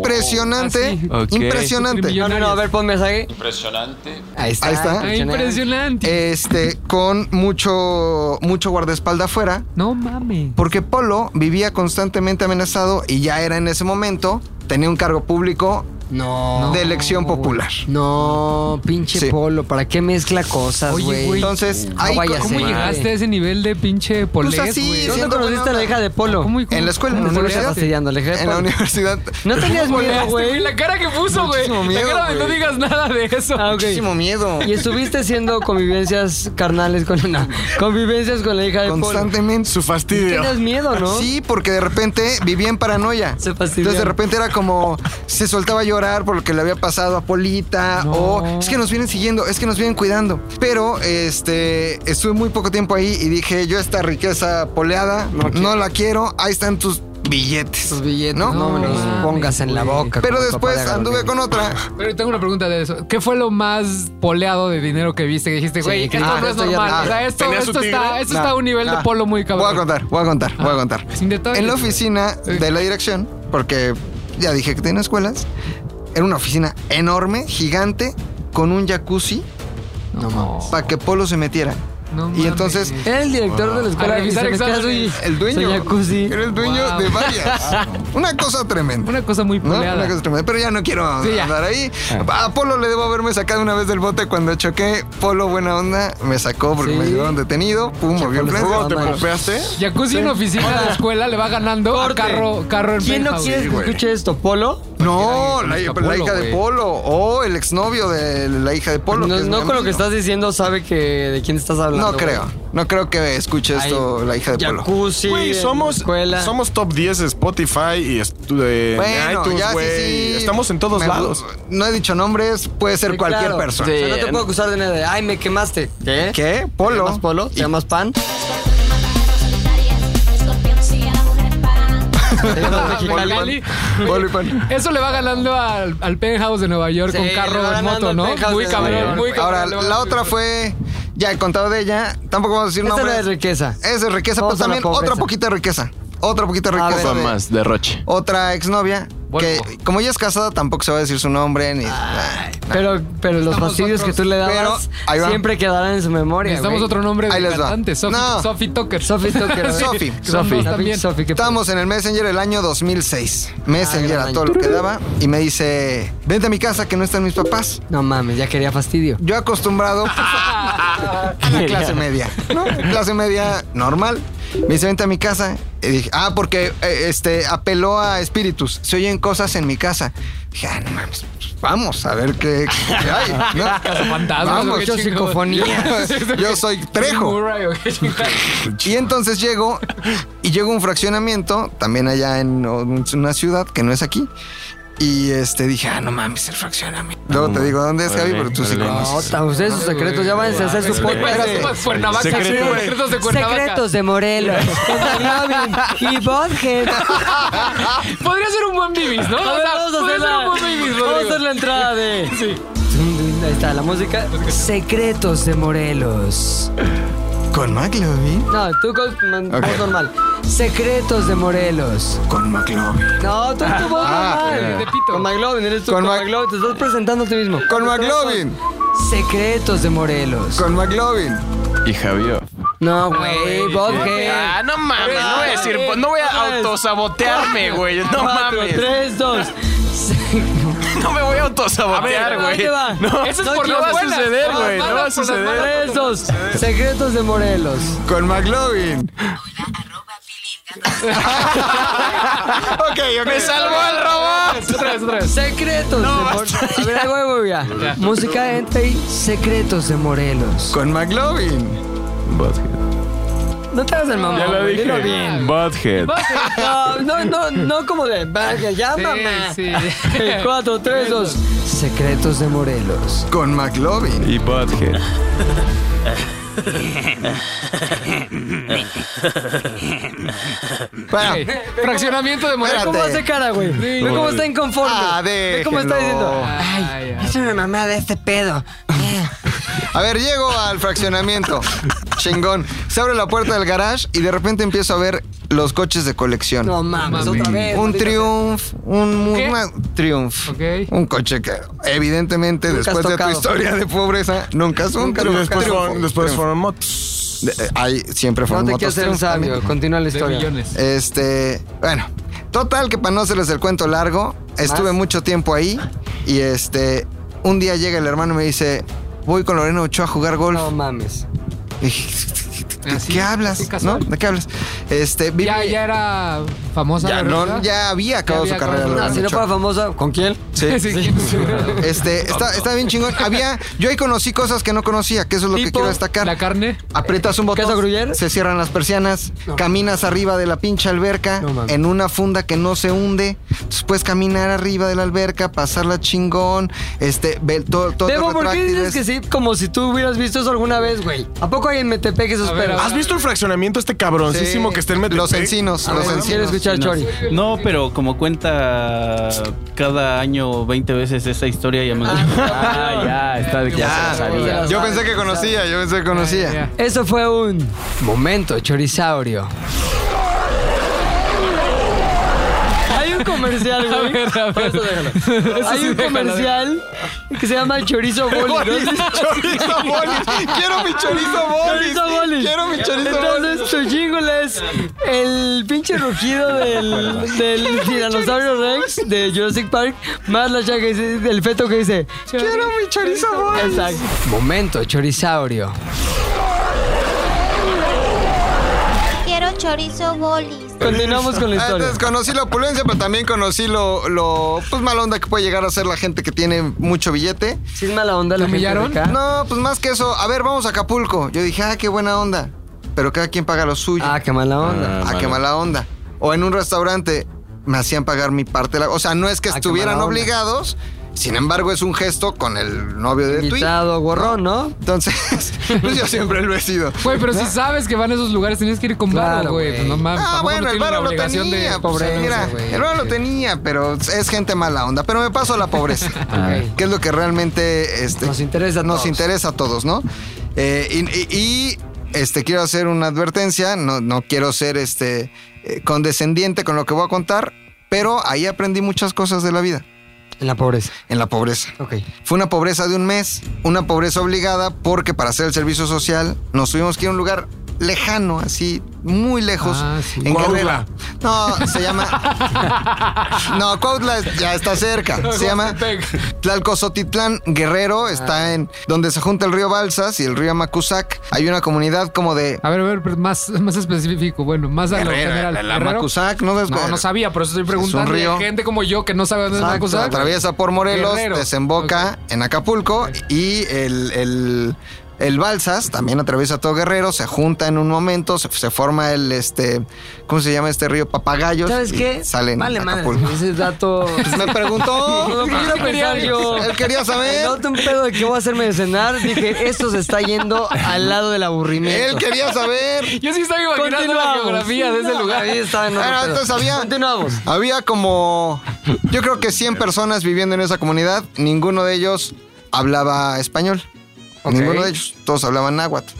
Wow. impresionante, Ah, sí. Ok. impresionante. No, no, no, a ver, pon mensaje. Impresionante. Ahí está. Ahí está. Ah, impresionante. Este, con mucho, mucho guardaespalda afuera, No mames. porque Polo vivía constantemente amenazado y ya era en ese momento, tenía un cargo público No. de elección popular. No, pinche Sí. Polo, ¿para qué mezcla cosas, Oye, güey? güey. Entonces, No ahí vayas co- ¿Cómo Sí, llegaste madre. a ese nivel de pinche polés, Pues así, güey? sí. ¿Dónde Siento conociste a buena la hija de Polo? ¿Cómo y cómo? en la escuela, en la ¿Cómo te universidad. estás fastidiando? La hija de En la Polo. universidad. (laughs) No tenías miedo, güey. La cara que puso, güey. Muchísimo La miedo, cara de no güey. digas nada de eso. Ah, ok. Muchísimo miedo. Y estuviste haciendo convivencias carnales con una. Convivencias con la hija de Polo. Constantemente. su fastidio. Tienes miedo, ¿no? Sí, porque de repente vivía en paranoia. Se fastidiaba. Entonces de repente era como se soltaba a llorar por lo que le había pasado a Polita o es que nos vienen siguiendo, es que nos vienen cuidando. Pero este estuve muy poco tiempo ahí y dije, yo esta riqueza poleada no, la quiero, ahí están tus billetes. Tus billetes. ¿No? Ah, No, me los mames, pongas en la güey. boca. Pero como el papá de después anduve Gabriel. con otra. Pero tengo una pregunta de eso. ¿Qué fue lo más poleado de dinero que viste? Que dijiste, güey, que- esto ah, no es esto ya- normal. ah, o sea, esto, ¿tenía su esto, tigre? está, esto No, está a un nivel no. de polo muy Voy a cabrón. contar, voy a contar, voy Ah. a contar. Sin detalles. En la oficina de la dirección, porque ya dije que tenía escuelas, era una oficina enorme, gigante, con un jacuzzi No, mames. para que Polo se metiera. No y entonces Era el director de la escuela A y se revisar metía a su exámenes. el dueño, su jacuzzi. era el dueño Wow. de (laughs) varias. Una cosa tremenda. Una cosa muy ¿no? Una poleada. cosa tremenda. Pero ya no quiero Sí, ya. Ah. andar ahí. A Polo le debo haberme sacado una vez del bote cuando choqué. Polo, buena onda, me sacó porque Sí. me llevaron detenido. Pum, movió Polo el es frente. buena ¿Te onda. pompeaste? Jacuzzi en oficina de escuela le va ganando Corte. a carro, carro en ¿Quién no penthouse. quiere que escuche esto? ¿Polo? No, Conozco la, a la Polo, hija de güey. Polo o el exnovio de la hija de Polo. no que es no mi con lo que amigo. estás diciendo sabe que de quién estás hablando. No creo, no creo que escuche esto la hija de Polo. Jacuzzi, Güey, en somos, escuela. somos top 10 de Spotify y estu- de Bueno, iTunes, ya sí, güey. sí. Estamos en todos Me- lados. No he dicho nombres, puede ser Sí, cualquier claro. persona. O sea, no te puedo acusar de nada. de, Ay, me quemaste. ¿Qué? ¿Qué? ¿Te Polo. llamas (laughs) Polo? ¿Te llamas Pan? (laughs) ¿Te llamas Mexicali? Mexicali. Eso le va ganando al, al penthouse de Nueva York Sí, con le va carro en ganando moto, al ¿no? penthouse Muy de cabrón, Nueva York. muy cabrón. Ahora, Le va la ganando. otra fue, ya he contado de ella, tampoco vamos a decir Esta es la de nombres. riqueza. Esa es riqueza, Vamos a pero la también pobreza. Ah, otra poquita riqueza. Otra poquita A riqueza. ver. de- Más derroche. Otra exnovia, Vuelvo. que como ella es casada, tampoco se va a decir su nombre Ah, ni... Pero, pero los Necesitamos fastidios que otros, tú le pero dabas ahí va. siempre quedarán en su memoria. Necesitamos güey. otro nombre Ahí de les va. cantante. Sophie, No. Sophie Tucker. Sophie (laughs) Tucker. Sophie. Sophie. También. También. Sophie, ¿qué pedo? Estábamos en el Messenger el año 2006. Messenger gran a todo año. lo que daba. Y me dice, vente a mi casa que no están mis papás. No mames, ya quería fastidio. Yo acostumbrado a la clase media. ¿no? Clase media normal. Me dice, vente a mi casa. Y dije, ah, porque eh, este, apeló a espíritus. Se oyen cosas en mi casa. Dije, ah, no mames. pues, Vamos a ver qué, qué hay. ¿no? Fantasmas, Vamos, ¿o qué yo chingo? psicofonía. Yo soy Trejo. Murray, ¿o qué chingo? Y entonces llego y llego a un fraccionamiento, también allá en una ciudad que no es aquí. Y este dije, ah, no mames, el fraccionamiento. Luego te digo, ¿dónde es Javi? Pero tú sí órale. conoces. No, ta- ustedes sus secretos ya van a hacer su Pues, podcast. espérate. de- Cuernavaca, Secreto, sí, güey. secretos de Cuernavaca. Secretos de (laughs) Morelos. con McLovin y Bodhead. Podría ser un buen bibis, ¿no? A O ver, sea, vamos a podría hacer ser la, un buen bibis, vamos a Rodrigo. hacer la entrada (laughs) de. Dun, dun, Ahí está la música. Secretos de Morelos. Con McLovin. No, tú con man- Ok. voz normal. Secretos de Morelos. Con McLovin. No, tú con tu voz normal. de pito. Con McLovin, eres tú. Con, Con Mac- McLovin, te estás presentando a ti mismo. Con McLovin. Secretos de Morelos. Con McLovin. Y Javier. No, güey, Bobhead. Ah, no mames, no voy a decir, pues, no voy a autosabotearme, güey. No mames. Tres, dos. No me voy a autosabotear, güey. No, Eso es no por va a suceder, Ah, güey. No va a suceder. Tres, dos. Secretos de Morelos. Con McLovin. ok, eh. ok. ¡Me salvó el robot! Otra vez, otra vez. Secretos de Morelos. A ver, ahí voy, voy, ya. Música entra ahí. Secretos de Morelos. Con McLovin. No te hagas el mamón. Ya lo güey, dilo bien. dije. Butthead. No, no, no, no como de. Vaya, ya, mamá. Sí, Cuatro, tres, dos. Secretos de Morelos. Con McLovin. (laughs) Y Butthead. Bueno, (laughs) Fraccionamiento (laughs) de Ve cómo hace espérate. cara, güey. Ve cómo está inconforme. Ah, Ve cómo está déjenlo. Ay, diciendo. Es una mamada este pedo. Eh, A ver, llego (laughs) al fraccionamiento. Chingón. Se abre la puerta del garage y de repente empiezo a ver los coches de colección. No mames, otra vez. un maldita Triumph, un ¿Qué? una- Triumph. Ok. Un coche que evidentemente Nunca has después de tu tocado. historia de pobreza nunca es un Y Triumph. después Triumph. fueron, después Triumph. fueron motos. De- eh, ahí siempre sea. No fueron te motos quieras ser un Triumph sabio. también. Continúa la De historia. millones. Este, bueno, total que para no hacerles el cuento largo, estuve mucho tiempo ahí y este, un día llega el hermano y me dice, voy con Lorena Ochoa a jugar golf. No mames. Y dije, ¿De Así, qué así hablas? ¿No? casual. ¿De qué hablas? Este, vi- Ya, ya era famosa. ya, la no, verdad. ya había acabado Ya había su acabado carrera. su- Lorena No, si no Ochoa. fuera famosa, ¿con quién? Sí. (laughs) Sí, sí, (laughs) sí. Este, está, está bien chingón. Había, yo ahí conocí cosas que no conocía, que eso es lo que Tipo, quiero destacar. La carne. Aprietas un botón, ¿Queso Gruyere? se cierran las persianas, caminas arriba de la pinche alberca No mames. en una funda que no se hunde, Entonces, puedes caminar arriba de la alberca, pasarla chingón, este, ve todo, todo Debo, ¿por qué dices que retráctiles. sí? Como si tú hubieras visto eso alguna vez, güey. ¿A poco hay en Metepec esos A ver, a perros? ¿Has visto el fraccionamiento este cabroncísimo Sí. que está en Metepec? Los encinos, Ah, los bueno, Quiero encinos. escuchar, Chori. No, pero como cuenta cada año 20 veces esa historia, ya me (laughs) Ah, ya, está de que Ya, se la sabía. Ah, yo pensé que conocía, yo pensé que conocía. Ya, ya. Eso fue un momento chorisaurio. Hay un (laughs) comercial, güey. Por eso déjalo. Hay un comercial que se llama (laughs) (laughs) Chorizo Boli. ¿no? Chorizo bolis, (laughs) quiero mi chorizo bolis. Chorizo Boli. Quiero mi chorizo bolis. Entonces, tu jingle es el pinche rugido del, del tiranosaurio Rex de Jurassic Park, más la chaga que dice- del feto que dice: Quiero mi chorizo bolis. Exacto. Momento chorisaurio. Quiero chorizo bolis. Continuamos con la Ah, historia. Entonces conocí la opulencia, pero también conocí lo, lo pues mala onda que puede llegar a ser la gente que tiene mucho billete. Sin mala onda, la ¿Te gente de humillaron? acá. No, pues más que eso, a ver, vamos a Acapulco. Yo dije, ah, qué buena onda. Pero cada quien paga lo suyo. Ah, qué mala onda. Ah, qué mala onda. O en un restaurante me hacían pagar mi parte. de la- O sea, no es que Ah, qué estuvieran mala onda. obligados. Sin embargo, es un gesto con el novio de tu hija. Invitado gorrón, ¿no? Entonces, (laughs) pues yo siempre lo he sido. Güey, pero si sabes que van a esos lugares, tenías que ir con Claro, varo, güey. güey. Pues no mames. Ah, tampoco bueno, el tienes la varo lo obligación de tenía. pues, pobreza, mira, güey. el varo lo tenía, pero es gente mala onda. Pero me paso a la pobreza, que es lo que realmente este, Nos interesa a Ah. nos todos. interesa a todos, ¿no? Eh, y, y- y, este quiero hacer una advertencia, no, no quiero ser este eh, condescendiente con lo que voy a contar, pero ahí aprendí muchas cosas de la vida, En la pobreza. en la pobreza. Ok. Fue una pobreza de un mes, una pobreza obligada porque para hacer el servicio social nos tuvimos que ir a un lugar lejano, así, muy lejos. Ah, sí. en Guerrero. Cuautla. No, se llama... (laughs) no, Cuautla ya está cerca. Se llama Tlalcozotitlán Ah. Guerrero, está en donde se junta el río Balsas y el río Amacuzac. Hay una comunidad como de... A ver, a ver, pero más, más específico, bueno, más a lo general. el Guerrero. Amacuzac, ¿no? Es- No, no sabía, por eso estoy preguntando. río. Y hay gente como yo que no sabe dónde es Exacto, Macusac. Atraviesa por Morelos, Guerrero. desemboca en Acapulco y el, el- el Balsas también atraviesa todo Guerrero, se junta en un momento, se, se forma el este, ¿cómo se llama este río? Papagayos. ¿Sabes y qué? Salen vale, madre. Acapulco. (laughs) Ese dato. (laughs) Pues me preguntó. No, no quiero pensar yo. (laughs) Él quería saber. No te un pedo de qué voy a hacerme de cenar. Dije, esto se está yendo al lado del Él aburrimiento. quería saber. Yo sí estaba imaginando la Continuamos. geografía de ese lugar. Ahí estaba en otro Bueno, pedo. entonces había- Continuamos. Había como, yo creo que 100 personas viviendo en esa comunidad, ninguno de ellos hablaba español. Ok. Ninguno de ellos, todos hablaban náhuatl.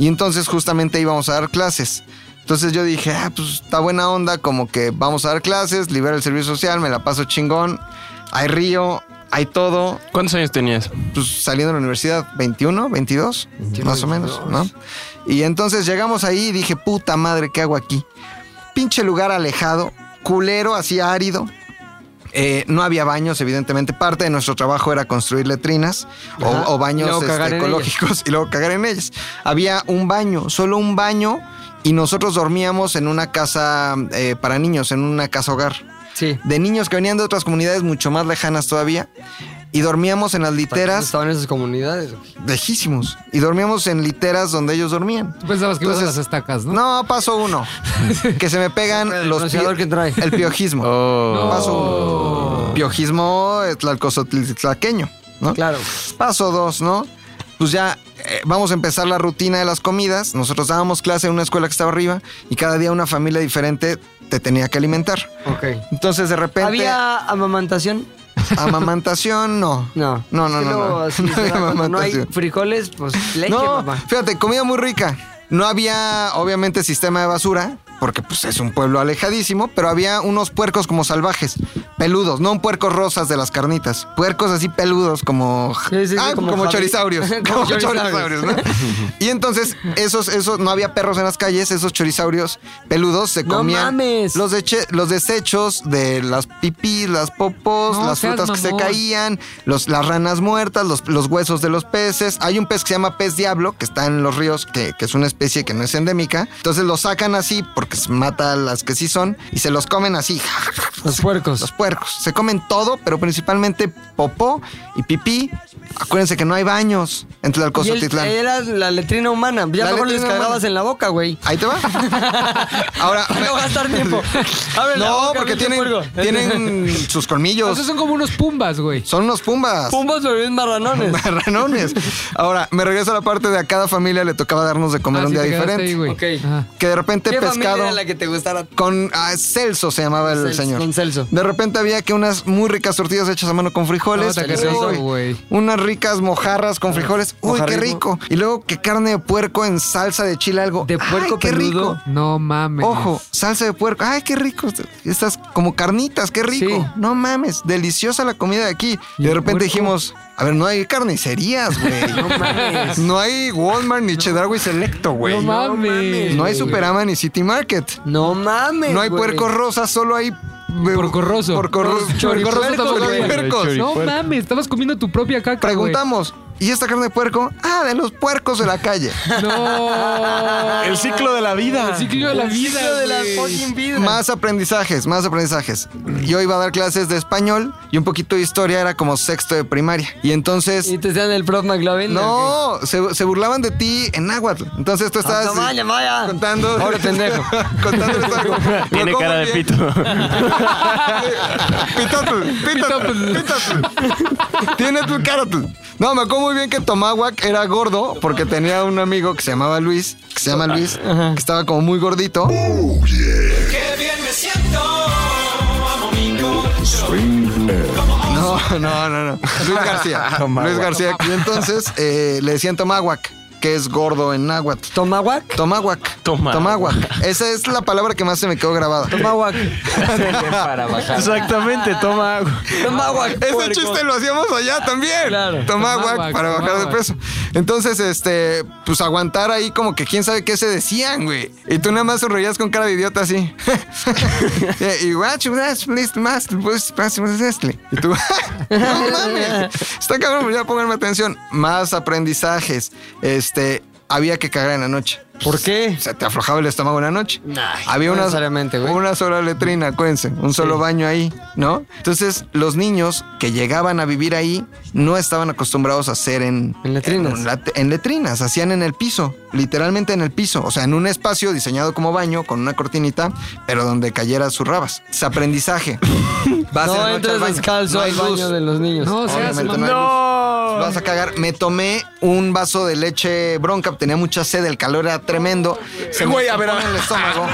Y entonces justamente íbamos a dar clases. Entonces yo dije, ah, pues está buena onda, como que vamos a dar clases, libera el servicio social, me la paso chingón, hay río, hay todo, ¿Cuántos años tenías? pues saliendo de la universidad, 21, 22, más o menos, ¿no? Y entonces llegamos ahí y dije, puta madre, ¿qué hago aquí? Pinche lugar alejado, culero, así árido. Eh, no había baños, evidentemente. Parte de nuestro trabajo era construir letrinas o, Ajá. o baños Y luego este, cagar en ecológicos (laughs) y luego cagar en ellas. Había un baño, solo un baño, y nosotros dormíamos en una casa eh, para niños, en una casa hogar. Sí. De niños que venían de otras comunidades mucho más lejanas todavía. Y dormíamos en las literas. Estaban en esas comunidades. Lejísimos. Y dormíamos en literas donde ellos dormían. Tú pensabas que ibas a las estacas, ¿no? No, paso (laughs) uno. que se me pegan los pronunciador que trae. Oh. El piojismo. oh. No. Paso uno. Piojismo eh, tlalcosotlitlaqueño, ¿no? Claro. Paso dos, ¿no? Pues ya eh, vamos a empezar la rutina de las comidas. Nosotros dábamos clase en una escuela que estaba arriba y cada día una familia diferente te tenía que alimentar. Ok. Entonces de repente... (laughs) ¿Había amamantación? Amamantación, no. No. No, no, Es que no, luego, así no. (laughs) No se había da cuando no hay amamantación. frijoles, pues leche, No, papá. fíjate, comida muy rica. No había, obviamente, sistema de basura, porque pues es un pueblo alejadísimo, pero había unos puercos como salvajes, peludos, no un puercos rosas de las carnitas, puercos así peludos como, Sí, sí, Ah, como como, Javi- (laughs) chorizaurios. como como chorizaurios. chorizaurios, ¿no? y entonces, esos, esos, no había perros en las calles, esos chorizaurios peludos se ¡No comían mames! Los, deche- los desechos de las pipí, las popos, No las seas frutas que se mamón. caían, los, las ranas muertas, los, los huesos de los peces. Hay un pez que se llama pez diablo, que está en los ríos, que, que es una especie que no es endémica. Entonces los sacan así porque se mata a las que sí son y se los comen así. Los puercos. Los puercos. Se comen todo, pero principalmente popó y pipí. Acuérdense que no hay baños Y entre el el- Alcozotitlán. Era la letrina humana. Ya La mejor les letrina cagabas humana. en la boca, (laughs) güey. Ahí te va. Ahora. (laughs) No gastar (laughs) tiempo. Abre la no, boca, porque pinche tienen, puerco. tienen (laughs) sus colmillos. Esos son como unos pumbas, güey. Son unos pumbas. Pumbos pero bien marranones. Marranones. Ahora, me regreso a la parte de a cada familia le tocaba darnos de Ah, comer un sí, día te quedaste diferente. ahí, güey. Ah, Ok. Ajá. Que de repente ¿Qué familia pescado. era la que te gustara? Con ah, Celso se llamaba el Celso, señor. con Celso. De repente había que unas muy ricas tortillas hechas a mano con frijoles. Nota que se Uy, hizo, güey. Ah, unas ricas mojarras con frijoles. Uy, qué Mojarrismo. rico. Y luego que carne de puerco en salsa de chile algo. De puerco qué peludo. rico. No mames. Ojo, salsa de puerco. Ay, qué rico. Estas como carnitas, qué rico. No mames, deliciosa la comida de aquí. Y de repente dijimos, a ver, no hay carnicerías, güey. No mames. No hay Walmart ni Chedraui Selecto, güey. No mames. No güey. hay Superama ni City Market. No mames. No hay güey. puercos rosas, solo hay... eh, Porcorroso. Porcorroso. Porcorroso tampoco había. Choripuercos. No mames, estabas comiendo tu propia caca. Preguntamos, ¿y esta carne de puerco? Ah, de los puercos de la calle. güey. No. El ciclo de la vida. El ciclo de la vida. de la güey. fucking vida. Más aprendizajes, más aprendizajes. Yo iba a dar clases de español y un poquito de historia, era como sexto de primaria. Y entonces... Y te decían el prof McLovin. ¿o No, se, se burlaban de ti en náhuatl. Entonces tú qué? Ah, estabas no, vaya, vaya. contando. Pobre pendejo. (laughs) contándoles algo. Tiene Lo cara como de bien. (laughs) pito. Pitotl, pitotl, pitotl. Tiene tu carotl. No, me acuerdo muy bien que Tomahuac era gordo porque tenía un amigo que se llamaba Luis, que se llama Luis, que estaba como muy gordito. No, no, no, no. Luis García. Luis García. Y entonces eh, le decían Tomahuac, que es gordo en náhuatl. ¿Tomahuac? Tomahuac. Tomahuac. Tomahuac. Esa es la palabra que más se me quedó grabada. (laughs) Tomahuac. Para bajar. Exactamente, toma agua. Tomahuac. Ese puerco. chiste lo hacíamos allá también. Claro. Tomá Tomá guac guac, para tomá bajar de guac. peso. Entonces, este, pues aguantar ahí como que quién sabe qué se decían, güey. Y tú nada más sonreías con cara de idiota así. (laughs) y guacho, guacho, listo, más, pues, más, más, este. Y tú, (laughs) no mames. Está cabrón, pues ya pónganme atención. Más aprendizajes. Este, había que cagar en la noche. ¿Por qué? Se te aflojaba el estómago en la noche. Había no una, necesariamente, güey. una sola letrina, acuérdense, un solo baño ahí, ¿no? Entonces, los niños que llegaban a vivir ahí no estaban acostumbrados a hacer en, En letrinas. en lat- en letrinas, hacían en el piso, literalmente en el piso, o sea, en un espacio diseñado como baño, con una cortinita, pero donde cayeran sus rabas. Es (laughs) aprendizaje. Vas en No la noche entres al baño, descalzo no hay al baño luz. de los niños. No, seas Obviamente no mamón. hay luz. Vas a cagar. Me tomé un vaso de leche bronca. Tenía mucha sed, el calor era tremendo. Se me Güey, a ver, tapó en el (laughs) estómago.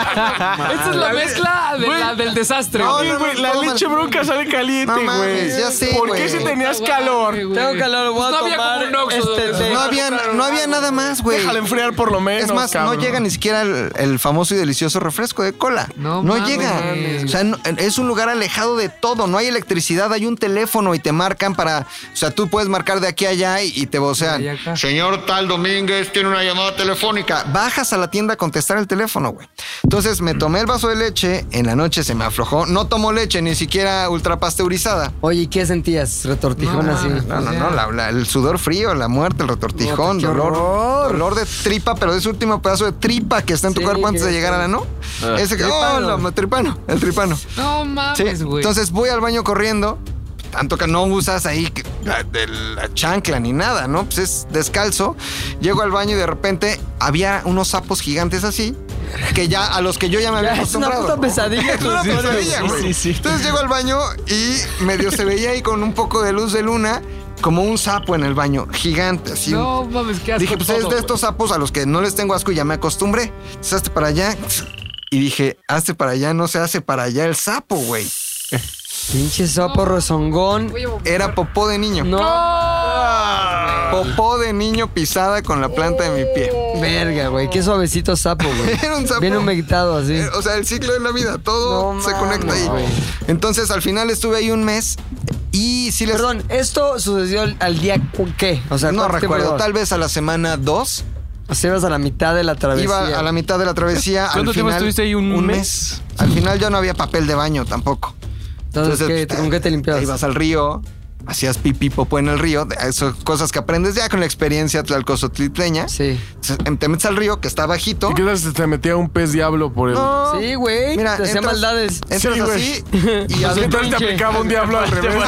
Esta es la mezcla de Güey. la- del desastre. No, güey. no, Oye, güey, la todo mal. leche bronca sale caliente, No güey. mames, ya sé, ¿Por güey. qué si tenías Guau, calor? güey. Tengo calor, voy Pues a no había tomar como un Oxxo este donde- té. No había, no había nada más, güey. Déjala enfriar por lo menos. Es más, cabrón. no llega ni siquiera el, el famoso y delicioso refresco de cola. No No, mames. llega. O sea, no- es un lugar alejado de todo. No hay electricidad, hay un teléfono y te marcan para. O sea, tú tú puedes marcar de aquí a allá y, y te vocean. Señor tal Domínguez tiene una llamada telefónica. Bajas a la tienda a contestar el teléfono, güey. Entonces me tomé el vaso de leche, en la noche se me aflojó. No tomo leche, ni siquiera ultrapasteurizada. Oye, ¿y qué sentías? Retortijón así. No, no, no, la- la- el sudor frío, la muerte, el retortijón, Puta, qué dolor, horror. dolor de tripa, pero de ese último pedazo de tripa que está en tu cuerpo antes de llegar a la no. Ah. Ese que, oh, Tripano. la- tripano, el tripano. No mames, Sí, güey. Entonces voy al baño corriendo. Tanto que no usas ahí que- la, de la chancla ni nada, ¿no? Pues es descalzo. Llego al baño y de repente había unos sapos gigantes así. Que ya, a los que yo ya me había Ya, es una acostumbrado. puta pesadilla, (laughs) Es una sí, pesadilla, sí, güey. sí, sí. Entonces llego al baño y medio se veía ahí con un poco de luz de luna, como un sapo en el baño, gigante, así. No mames, qué asco Dije, pues todo, es de güey. estos sapos a los que no les tengo asco y ya me acostumbré. Entonces, hazte para allá. Y dije, hazte para allá, no se hace para allá el sapo, güey. Pinche sapo rezongón. Era popó de niño. Popó de niño pisada con la planta de mi pie. Verga, güey. Qué suavecito sapo, güey. (laughs) Era un sapo. Bien humectado así. Eh, O sea, el ciclo de la vida, todo se conecta ahí. Entonces, al final estuve ahí un mes y sí les... Perdón, ¿esto sucedió al, al día cu- qué? O sea, no ¿cuánto tiempo recuerdo, llevas? tal vez a la semana 2. O sea, ibas a la mitad de la travesía. Iba a la mitad de la travesía. al ¿Cuánto tiempo final, estuviste ahí? ¿Un mes? Al final ya no había papel de baño tampoco. Entonces, ¿qué? ¿Con qué te limpiabas? Ibas al río, hacías pipí popó en el río. de- Eso, cosas que aprendes ya con la experiencia tlalcosotlipeña. Sí. Te metes al río que está bajito. ¿Y qué tal si te metía un pez diablo por el...? No. Sí, güey. Mira, te hacía entras- maldades. entras Sí, güey. (laughs) así Pues, y a ¿Qué tal te aplicaba un diablo (laughs) al revés?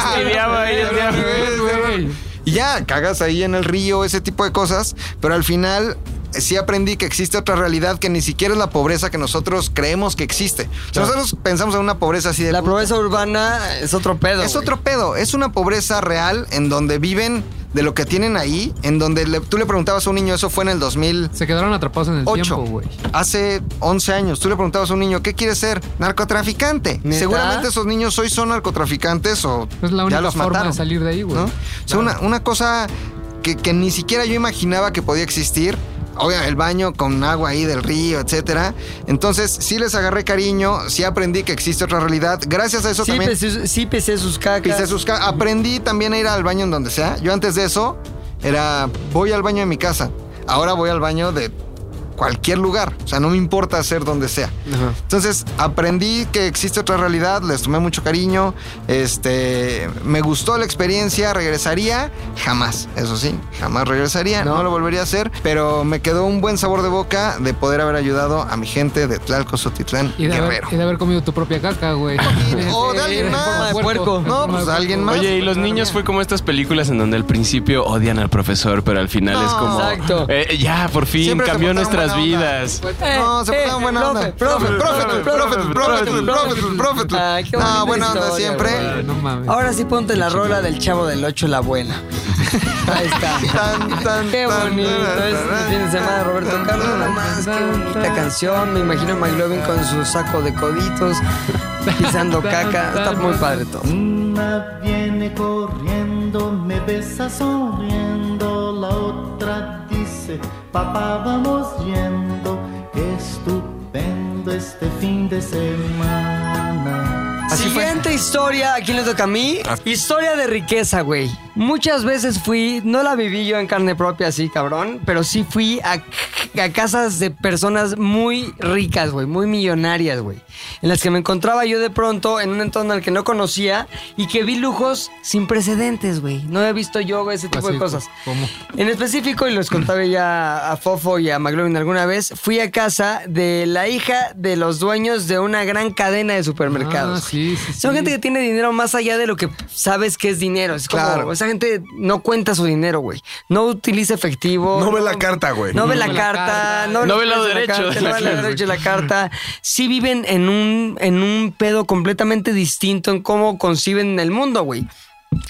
Y ya, cagas ahí en el río, ese tipo de cosas, pero al final eh, sí aprendí que existe otra realidad que ni siquiera es la pobreza que nosotros creemos que existe. O sea, nosotros pensamos en una pobreza así de... La pobreza urbana es otro pedo. eh, Es otro pedo, es una pobreza real en donde viven de lo que tienen ahí, en donde le- tú le preguntabas a un niño, eso fue en el 2000... Se quedaron atrapados en el Ocho. tiempo, güey. Hace 11 años, tú le preguntabas a un niño, ¿qué quiere ser? Narcotraficante. ¿Neta? Seguramente esos niños hoy son narcotraficantes o Es la ya única los forma mataron. de salir de ahí, güey. ¿no? O sea, una, una cosa que, que ni siquiera yo imaginaba que podía existir. Obvio, el baño con agua ahí del río, etcétera. Entonces, sí les agarré cariño, sí aprendí que existe otra realidad. Gracias a eso Sí, también. pesé- sí pesé sus cacas. pisé sus ca- Aprendí también a ir al baño en donde sea. Yo antes de eso era voy al baño de mi casa. Ahora voy al baño de cualquier lugar. O sea, no me importa hacer donde sea. Entonces aprendí que existe otra realidad, les tomé mucho cariño, este, me gustó la experiencia, regresaría, jamás, eso sí, jamás regresaría, no, lo volvería a hacer, pero me quedó un buen sabor de boca de poder haber ayudado a mi gente de Tlalco, Sotitlán, Y de, haber, Guerrero. y de haber comido tu propia caca, güey. (laughs) O de alguien más. No, pues alguien más. Oye, y los niños fue como estas películas en donde al principio odian al profesor, pero al final es como. Exacto. "Eh, ya, por fin, Siempre se cambió portaron nuestras buena onda. vidas. No, se eh, portaron buena profe, onda. profe, profe, profe, profe, profe, profe, profe, profe, profe, profe, profe. Ay, qué No, bonita buena onda historia, siempre. güey. Ahora sí ponte la rola del chavo del 8, la abuela. Ahí está. qué bonito. es el fin de semana de Roberto Carlos. Nada más. Qué bonita canción. Me imagino a McLovin con su saco de coditos, pisando caca. Está muy padre todo. Una viene corriendo, me besa sonriendo, la otra dice, papá vamos yendo, qué estupendo este fin de semana. Siguiente historia, aquí le toca a mí. Historia de riqueza, güey. Muchas veces fui, no la viví yo en carne propia así, cabrón, pero sí fui a, a casas de personas muy ricas, güey, muy millonarias, güey. En las que me encontraba yo de pronto en un entorno al que no conocía y que vi lujos sin precedentes, güey. No había visto yo güey, ese tipo de cosas. En específico, y los contaba ya a Fofo y a McLovin alguna vez, fui a casa de la hija de los dueños de una gran cadena de Ah, supermercados. Son gente que tiene dinero más allá de lo que sabes que es dinero. Es como, Claro. esa gente no cuenta su dinero, güey. No utiliza efectivo. No ve la carta, güey. No ve la carta, no, No ve ve el lado la derecho carta, no de ve el la lado carta. derecho de la carta. Sí viven en un, en un pedo completamente distinto en cómo conciben el mundo, güey.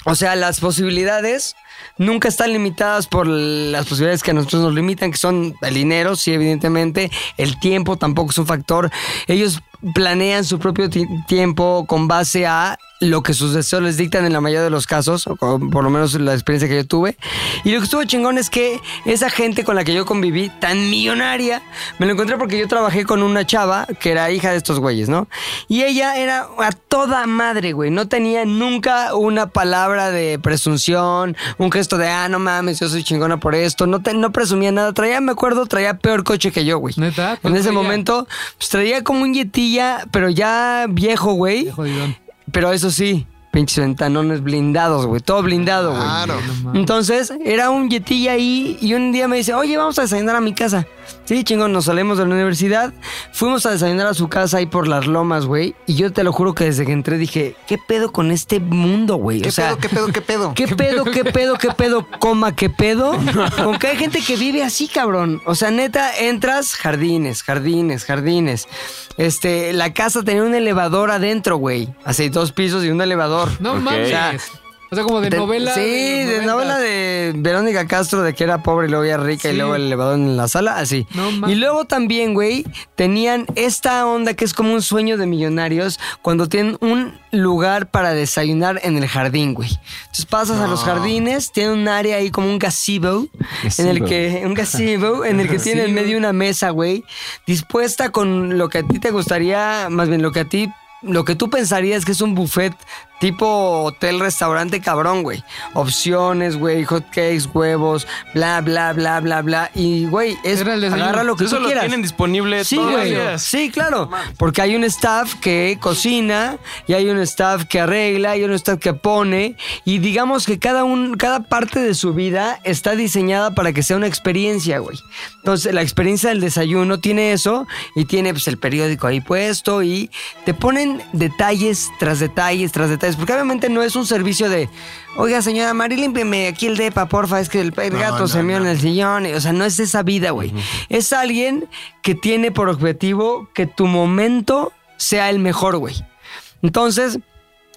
O sea, las posibilidades nunca están limitadas por las posibilidades que a nosotros nos limitan, que son el dinero, sí, evidentemente. El tiempo tampoco es un factor. Ellos planean su propio ti- tiempo con base a lo que sus deseos les dictan en la mayoría de los casos, o con- por lo menos la experiencia que yo tuve. Y lo que estuvo chingón es que esa gente con la que yo conviví, tan millonaria, me lo encontré porque yo trabajé con una chava que era hija de estos güeyes, ¿no? Y ella era a toda madre, güey. No tenía nunca una palabra de presunción, un gesto de, ah, no mames, yo soy chingona por esto. No, te- no presumía nada. Traía, me acuerdo, traía peor coche que yo, güey. ¿Neta? En ese momento, pues, traía como un yetilla, pero ya viejo, güey. Pero eso sí, pinches ventanones blindados, güey. Todo blindado, güey. Claro. Entonces, era un yetilla ahí y un día me dice, oye, vamos a desayunar a mi casa. Sí, chingón, nos salimos de la universidad, fuimos a desayunar a su casa ahí por las lomas, güey. Y yo te lo juro que desde que entré dije, ¿qué pedo con este mundo, güey? ¿Qué O sea, pedo, qué pedo, qué pedo? ¿Qué pedo, qué pedo, qué pedo, coma, qué pedo? Con que hay gente que vive así, cabrón. O sea, neta, entras, jardines, jardines, jardines. Este, la casa tenía un elevador adentro, güey. Así, dos pisos y un elevador. No Ok. mames. O sea, O sea, como de te- novela. Sí, de, los novela 90. de Verónica Castro, de que era pobre y luego ya rica y Sí. luego el elevador en la sala, así. y luego también, güey, tenían esta onda que es como un sueño de millonarios cuando tienen un lugar para desayunar en el jardín, güey. Entonces pasas a los No. jardines, tienen un área ahí como un gazebo, en el Gazebo. que un gazebo en el (laughs) que tienen en Gazebo. medio una mesa, güey, dispuesta con lo que a ti te gustaría, más bien lo que a ti lo que tú pensarías que es un buffet tipo hotel, restaurante cabrón, güey. Opciones, güey, hot cakes, huevos, bla, bla, bla, bla, bla. Y, güey, es, desayuno. agarra lo que Eso tú lo quieras. tienen disponible sí, todos los güey. días. Sí, claro. Porque hay un staff que cocina y hay un staff que arregla y hay un staff que pone. Y digamos que cada, un, cada parte de su vida está diseñada para que sea una experiencia, güey. Entonces, la experiencia del desayuno tiene eso y tiene pues, el periódico ahí puesto y te ponen detalles tras detalles tras detalles. Porque obviamente no es un servicio de, oiga, señora Mari, límpiame aquí el depa, porfa, es que el, el No, gato no, se meó no. en el sillón. O sea, no es esa vida, güey. Es alguien que tiene por objetivo que tu momento sea el mejor, güey. Entonces,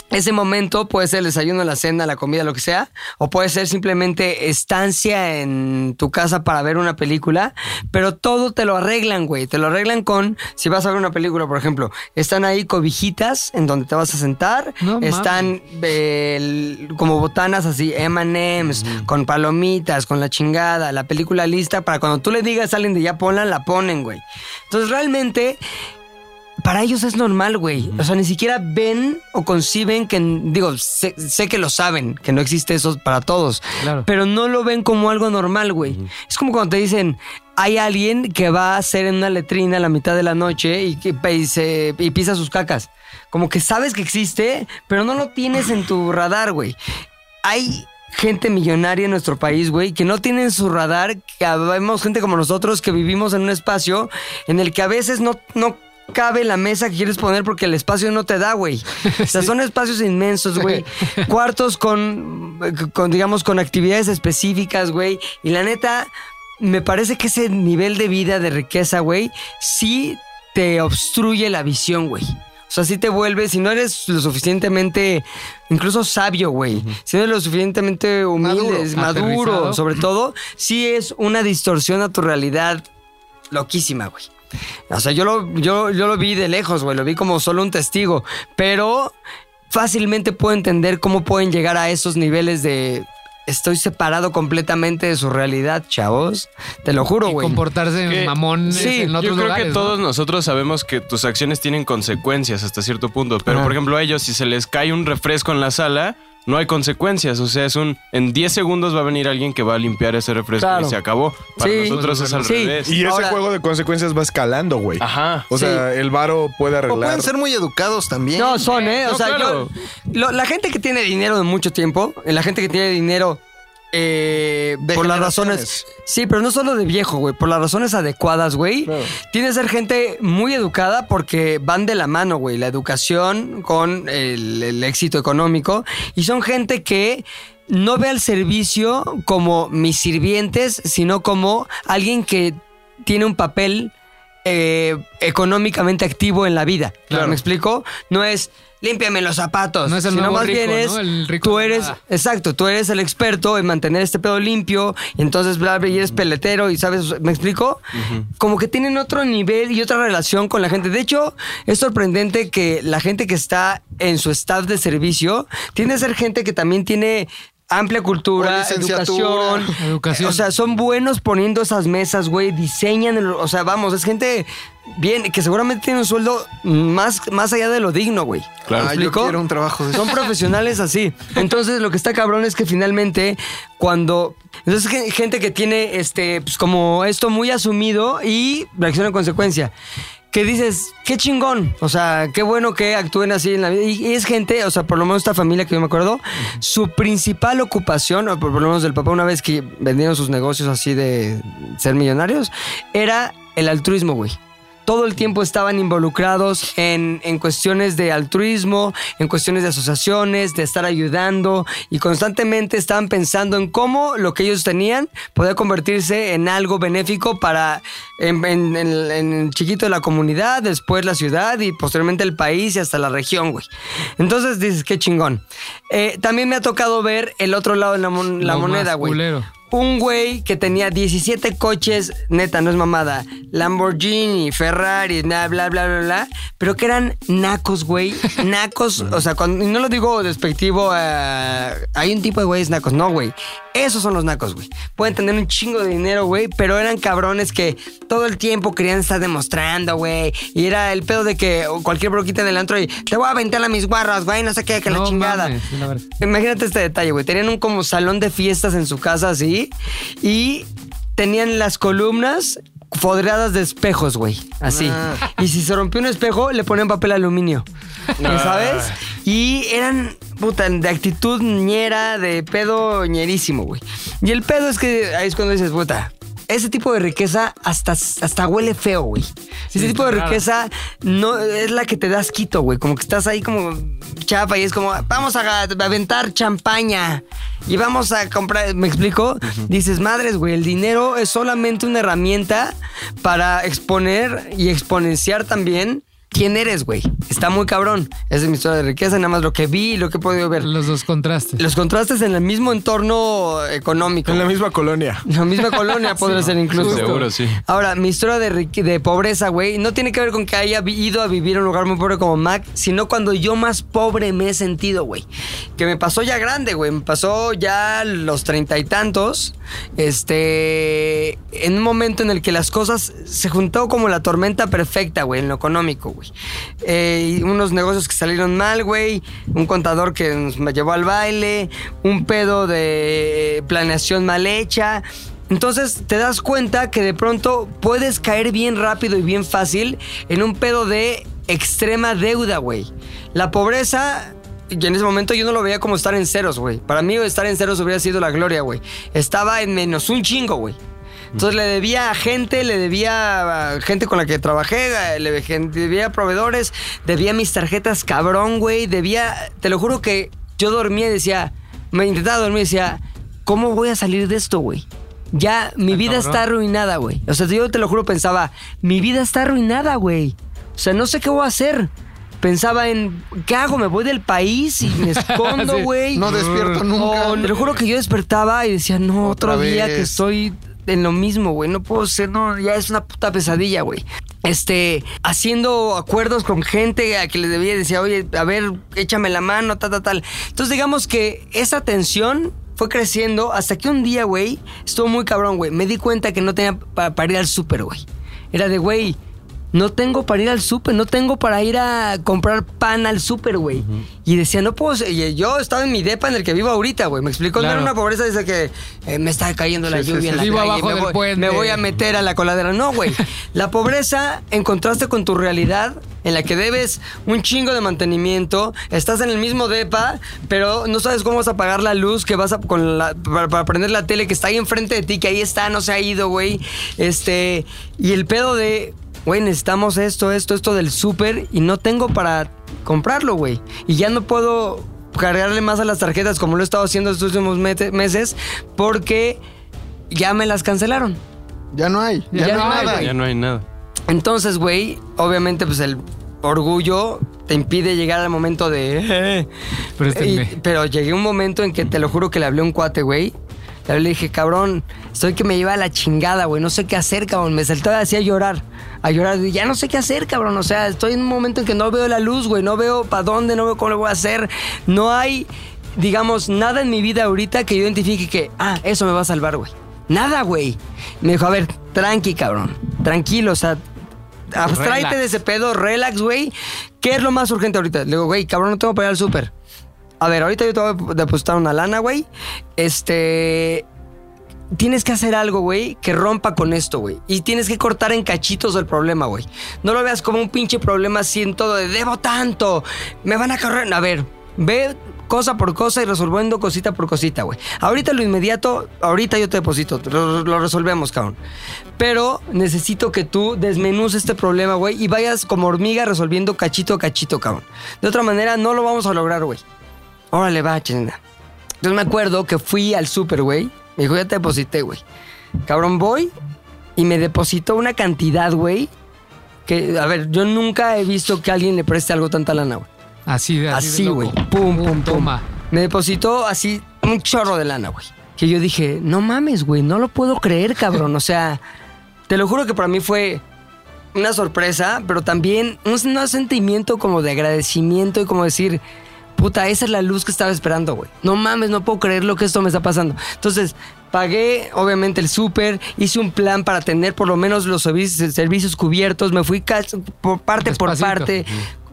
ese momento puede ser el desayuno, la cena, la comida, lo que sea, o puede ser simplemente estancia en tu casa para ver una película, pero todo te lo arreglan, güey. Te lo arreglan con, si vas a ver una película, por ejemplo, están ahí cobijitas en donde te vas a sentar, mames. están eh, el- como botanas así, MMs, con palomitas, con la chingada, la película lista, para cuando tú le digas a alguien de ya ponla, la ponen, güey. Entonces realmente para ellos es normal, güey. O sea, ni siquiera ven o conciben que, digo, sé, sé que lo saben, que no existe eso para todos, pero no lo ven como algo normal, güey. Es como cuando te dicen, hay alguien que va a hacer en una letrina a la mitad de la noche y, que, y se- y pisa sus cacas. Como que sabes que existe, pero no lo tienes en tu radar, güey. Hay gente millonaria en nuestro país, güey, que no tienen su radar, que vemos gente como nosotros que vivimos en un espacio en el que a veces no, no cabe la mesa que quieres poner porque el espacio no te da, güey. O sea, son espacios inmensos, güey. Cuartos con, con, digamos, con actividades específicas, güey. Y la neta, me parece que ese nivel de vida, de riqueza, güey, sí te obstruye la visión, güey. O sea, sí te vuelves, si no eres lo suficientemente, incluso sabio, güey, si no eres lo suficientemente humilde, maduro, Aterrizado. sobre todo, sí es una distorsión a tu realidad loquísima, güey. O sea, yo lo, yo, yo lo vi de lejos, güey, lo vi como solo un testigo, pero fácilmente puedo entender cómo pueden llegar a esos niveles de... Estoy separado completamente de su realidad, chavos. Te lo juro, güey. Comportarse en mamón en otros yo creo lugares. que ¿no? todos nosotros sabemos que tus acciones tienen consecuencias hasta cierto punto, pero por ejemplo a ellos si se les cae un refresco en la sala, no hay consecuencias, o sea, es un en 10 segundos va a venir alguien que va a limpiar ese refresco Claro. y se acabó. Para Sí. nosotros es al Sí. revés. Y ese Ahora- juego de consecuencias va escalando, güey. Ajá. O sea, el varo puede O arreglar. pueden ser muy educados también. No, son, ¿eh? O No, sea, claro. yo- lo- la gente que tiene dinero de mucho tiempo, eh, la gente que tiene dinero eh, por las razones. Sí, pero no solo de viejo, güey. Por las razones adecuadas, güey. Tiene que ser gente muy educada porque van de la mano, güey. La educación con el, el éxito económico. Y son gente que. No ve al servicio como mis sirvientes, sino como alguien que tiene un papel eh, económicamente activo en la vida. Claro. ¿Me explico? No es límpiame los zapatos. No es el sino nuevo más rico, bien ¿no? es El rico tú de eres, nada. exacto, tú eres el experto en mantener este pedo limpio y entonces bla bla y eres peletero y sabes, ¿me explico? Como que tienen otro nivel y otra relación con la gente. De hecho, es sorprendente que la gente que está en su staff de servicio tiende a ser gente que también tiene amplia cultura, O licenciatura. educación, o sea, son buenos poniendo esas mesas, güey. Diseñan, el- o sea, vamos, es gente bien, que seguramente tiene un sueldo más, más allá de lo digno, güey. Claro. ¿Me Ah, yo explico? quiero un trabajo de esos. Son profesionales así. Entonces, lo que está cabrón es que finalmente, cuando. Entonces, gen- gente que tiene este, pues, como esto muy asumido y reacciona en consecuencia. Que dices, qué chingón. O sea, qué bueno que actúen así en la vida. Y, y es gente, o sea, por lo menos esta familia que yo me acuerdo, su principal ocupación, o por por lo menos del papá, una vez que vendieron sus negocios así de ser millonarios, era el altruismo, güey todo el tiempo estaban involucrados en, en cuestiones de altruismo, en cuestiones de asociaciones, de estar ayudando y constantemente estaban pensando en cómo lo que ellos tenían podía convertirse en algo benéfico para en, en- en- en el chiquito de la comunidad, después la ciudad y posteriormente el país y hasta la región, güey. Entonces dices, qué chingón. Eh, también me ha tocado ver el otro lado de la, mon- la Lo más moneda, güey culero. un güey que tenía 17 coches, neta, no es mamada, Lamborghini, Ferrari, bla, bla, bla, bla, bla, pero que eran nacos, güey, nacos, o sea, cuando, y no lo digo despectivo, eh, hay un tipo de güeyes nacos, no, güey, esos son los nacos, güey. Pueden tener un chingo de dinero, güey, pero eran cabrones que todo el tiempo querían estar demostrando, güey, y era el pedo de que cualquier broquita en el antro y te voy a aventar a mis guarras, güey, no sé qué, que la chingada. Imagínate este detalle, güey. Tenían un como salón de fiestas en su casa así y tenían las columnas fodreadas de espejos, güey. Así. Y si se rompió un espejo, le ponían papel aluminio. Ah. ¿Sabes? Y eran, puta, de actitud ñera, de pedo ñerísimo, güey. Y el pedo es que ahí es cuando dices, puta, ese tipo de riqueza hasta, hasta huele feo, güey. ese tipo de rara. riqueza no es la que te das quito, güey. Como que estás ahí como chapa y es como, vamos a, ga- a aventar champaña y vamos a comprar. ¿Me explico? Dices, madres, güey, el dinero es solamente una herramienta para exponer y exponenciar también. ¿Quién eres, güey? Está muy cabrón. Esa es mi historia de riqueza, nada más lo que vi y lo que he podido ver. Los dos contrastes. Los contrastes en el mismo entorno económico. En la misma colonia. La (laughs) misma colonia podría Sí. ser incluso. Seguro, sí. Ahora, mi historia de, rique- de pobreza, güey, no tiene que ver con que haya vi- ido a vivir a un lugar muy pobre como Mac, sino cuando yo más pobre me he sentido, güey. Que me pasó ya grande, güey. Me pasó ya los treinta y tantos. Este. En un momento en el que las cosas se juntó como la tormenta perfecta, güey, en lo económico, güey. Eh, y unos negocios que salieron mal, güey. Un contador que nos me llevó al baile. Un pedo de planeación mal hecha. Entonces te das cuenta que de pronto puedes caer bien rápido y bien fácil en un pedo de extrema deuda, güey. La pobreza, y en ese momento yo no lo veía como estar en ceros, güey. Para mí estar en ceros hubiera sido la gloria, güey. Estaba en menos un chingo, güey. Entonces le debía a gente, le debía a gente con la que trabajé, eh, le gen- debía a proveedores, debía mis tarjetas cabrón, güey, debía, te lo juro que yo dormía y decía, me intentaba dormir y decía, ¿cómo voy a salir de esto, güey? Ya mi vida cabrón. está arruinada, güey. O sea, yo te lo juro pensaba, mi vida está arruinada, güey. O sea, no sé qué voy a hacer. Pensaba en, ¿qué hago? ¿Me voy del país y (laughs) me escondo, Sí. güey? No Mm. despierto nunca. O, te lo juro que yo despertaba y decía, no, otro Otra día que vez. estoy en lo mismo, güey. No puedo ser, no, ya es una puta pesadilla, güey. Este, haciendo acuerdos con gente a que le debía decía, oye, a ver, échame la mano, tal, tal, tal. Entonces, digamos que esa tensión fue creciendo hasta que un día, güey, estuvo muy cabrón, güey. Me di cuenta que no tenía para, para ir al súper, güey. Era de, güey, no tengo para ir al súper, no tengo para ir a comprar pan al súper, güey. Y decía, no puedo. ser- y yo estaba en mi depa en el que vivo ahorita, güey. Me explicó, no Claro. era una pobreza desde que eh, me está cayendo la Sí, sí, lluvia sí. en la Vivo calle, abajo me del voy- puente. me voy a meter a la coladera. No, güey. (laughs) La pobreza, en contraste con tu realidad, en la que debes un chingo de mantenimiento, estás en el mismo depa, pero no sabes cómo vas a pagar la luz que vas a con la- para, para prender la tele que está ahí enfrente de ti, que ahí está, no se ha ido, güey. Este, y el pedo de, güey, necesitamos esto, esto, esto del súper y no tengo para comprarlo, güey. Y ya no puedo cargarle más a las tarjetas como lo he estado haciendo estos últimos mete- meses porque ya me las cancelaron. Ya no hay. Ya no hay, güey. Ya no hay nada. Entonces, güey, obviamente, pues el orgullo te impide llegar al momento de. (laughs) "Eh, Préstenme. Y- pero llegué a un momento en que te lo juro que le hablé a un cuate, güey. Le hablé y le dije, cabrón, estoy que me lleva a la chingada, güey. No sé qué hacer, cabrón. Me saltaba así a llorar. A llorar. Y Ya no sé qué hacer, cabrón. O sea, estoy en un momento en que no veo la luz, güey. No veo para dónde, no veo cómo lo voy a hacer. No hay, digamos, nada en mi vida ahorita que yo identifique que, ah, eso me va a salvar, güey. Nada, güey. Me dijo, a ver, tranqui, cabrón. Tranquilo, o sea, abstráete Relax. de ese pedo, relax, güey. ¿Qué es lo más urgente ahorita? Le digo, güey, cabrón, no tengo para ir al súper. A ver, ahorita yo te voy a depositar una lana, güey. Este. Tienes que hacer algo, güey, que rompa con esto, güey. Y tienes que cortar en cachitos el problema, güey. No lo veas como un pinche problema así en todo de debo tanto, me van a correr. A ver, ve cosa por cosa y resolviendo cosita por cosita, güey. Ahorita lo inmediato, ahorita yo te deposito, lo, lo resolvemos, cabrón. Pero necesito que tú desmenuces este problema, güey, y vayas como hormiga resolviendo cachito a cachito, cabrón. De otra manera, no lo vamos a lograr, güey. Órale, va, chinga. Entonces me acuerdo que fui al súper, güey. Me dijo, ya te deposité, güey. Cabrón, voy y me depositó una cantidad, güey. Que, a ver, yo nunca he visto que alguien le preste algo tanta lana, güey. Así de así. de Así, loco. güey. Pum, pum, pum. Me depositó así un chorro de lana, güey. Que yo dije, no mames, güey, no lo puedo creer, cabrón. O sea, te lo juro que para mí fue una sorpresa, pero también un, un sentimiento como de agradecimiento y como decir, puta, esa es la luz que estaba esperando, güey. No mames, no puedo creer lo que esto me está pasando. Entonces, pagué obviamente el súper, hice un plan para tener por lo menos los servi- servicios cubiertos, me fui cach- por parte Despacito. por parte,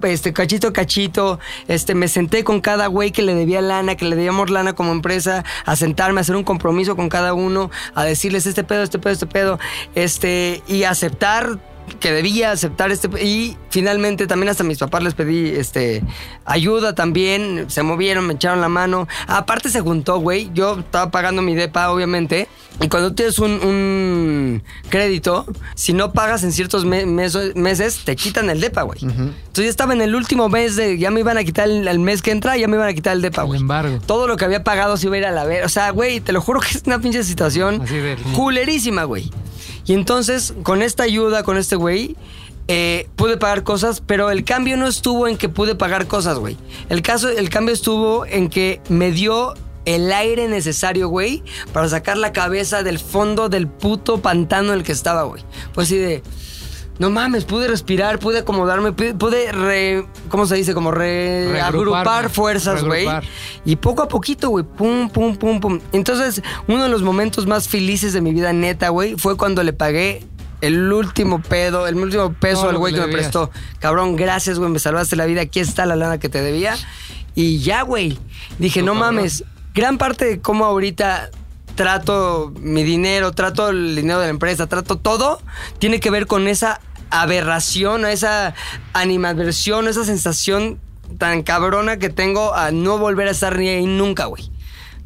este cachito a cachito, este me senté con cada güey que le debía lana, que le debíamos lana como empresa, a sentarme, a hacer un compromiso con cada uno, a decirles este pedo, este pedo, este pedo, este y aceptar que debía aceptar este pe- y finalmente también hasta a mis papás les pedí este ayuda también, se movieron, me echaron la mano. Aparte se juntó, güey, yo estaba pagando mi depa obviamente y cuando tienes un, un crédito, si no pagas en ciertos me- meso- meses te quitan el depa, güey. Entonces ya estaba en el último mes de. Ya me iban a quitar el, el mes que entra, ya me iban a quitar el depa, güey. Todo lo que había pagado se iba a ir a la ver. O sea, güey, te lo juro que es una pinche situación culerísima, güey. Y entonces, con esta ayuda, con este güey. eh, pude pagar cosas, pero el cambio no estuvo en que pude pagar cosas, güey. El caso, el cambio estuvo en que me dio el aire necesario, güey, para sacar la cabeza del fondo del puto pantano en el que estaba, güey. Pues así de, no mames, pude respirar, pude acomodarme, pude, pude re, ¿cómo se dice? Como re, Reagruparme, agrupar fuerzas, güey. reagrupar. Y poco a poquito, güey, pum, pum, pum, pum. Entonces, uno de los momentos más felices de mi vida neta, güey, fue cuando le pagué el último pedo, el último peso Todo al lo güey que que le me debías. prestó. Cabrón, gracias, güey, me salvaste la vida. Aquí está la lana que te debía. Y ya, güey. Dije, no mames, gran parte de cómo ahorita trato mi dinero, trato el dinero de la empresa, trato todo, tiene que ver con esa aberración, a esa animadversión, esa sensación tan cabrona que tengo a no volver a estar ni ahí nunca, güey.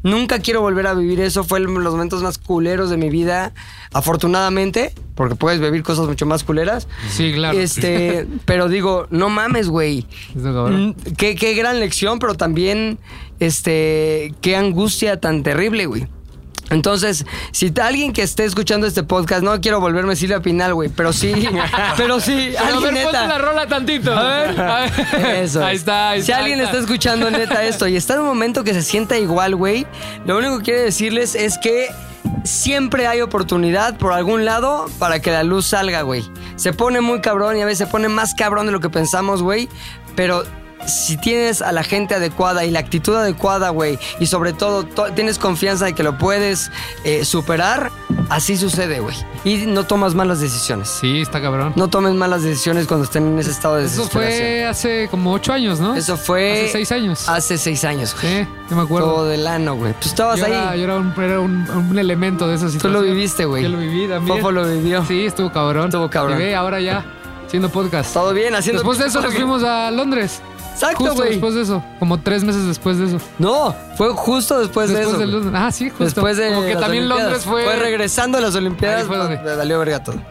Nunca quiero volver a vivir eso. Fue el- los momentos más culeros de mi vida. Afortunadamente, porque puedes vivir cosas mucho más culeras. Sí, claro. Este, pero digo, no mames, güey. Está cabrón. Mm, Qué, qué gran lección, pero también, este, qué angustia tan terrible, güey. Entonces, si t- alguien que esté escuchando este podcast, no quiero volverme Silvia Pinal, güey, pero (laughs) sí, pero sí, Pero a alguien ver, ponte neta. la rola tantito. A ver, a (laughs) ver. Eso. Ahí está, ahí si está, alguien ahí está escuchando neta (laughs) esto y está en un momento que se sienta igual, güey, lo único que quiero decirles es que siempre hay oportunidad por algún lado para que la luz salga, güey. Se pone muy cabrón y a veces se pone más cabrón de lo que pensamos, güey, pero si tienes a la gente adecuada y la actitud adecuada, güey, y sobre todo to- tienes confianza de que lo puedes eh, superar, así sucede, güey. Y no tomas malas decisiones. Sí, está cabrón. No tomes malas decisiones cuando estén en ese estado de Eso desesperación. fue hace como ocho años, ¿no? Eso fue. Hace seis años. Hace seis años, güey. Sí, yo me acuerdo. Todo del ano, güey. Tú estabas Yo ahí. era- yo era un, era un- un elemento de esa situación. lo viviste, güey. Yo lo viví también. Fofo lo vivió. Sí, estuvo cabrón. Estuvo cabrón. Y ve, ahora ya, haciendo podcast. Todo bien, haciendo Después de eso nos podcast. fuimos a Londres. Exacto, Justo güey. después de eso. Como tres meses después de eso. No, fue justo después, de eso. de güey. Londres. Ah, sí, justo. Después de. Como que las también Londres Olimpiadas. fue... regresando a las Olimpiadas. Ahí fue donde- Me valió verga todo.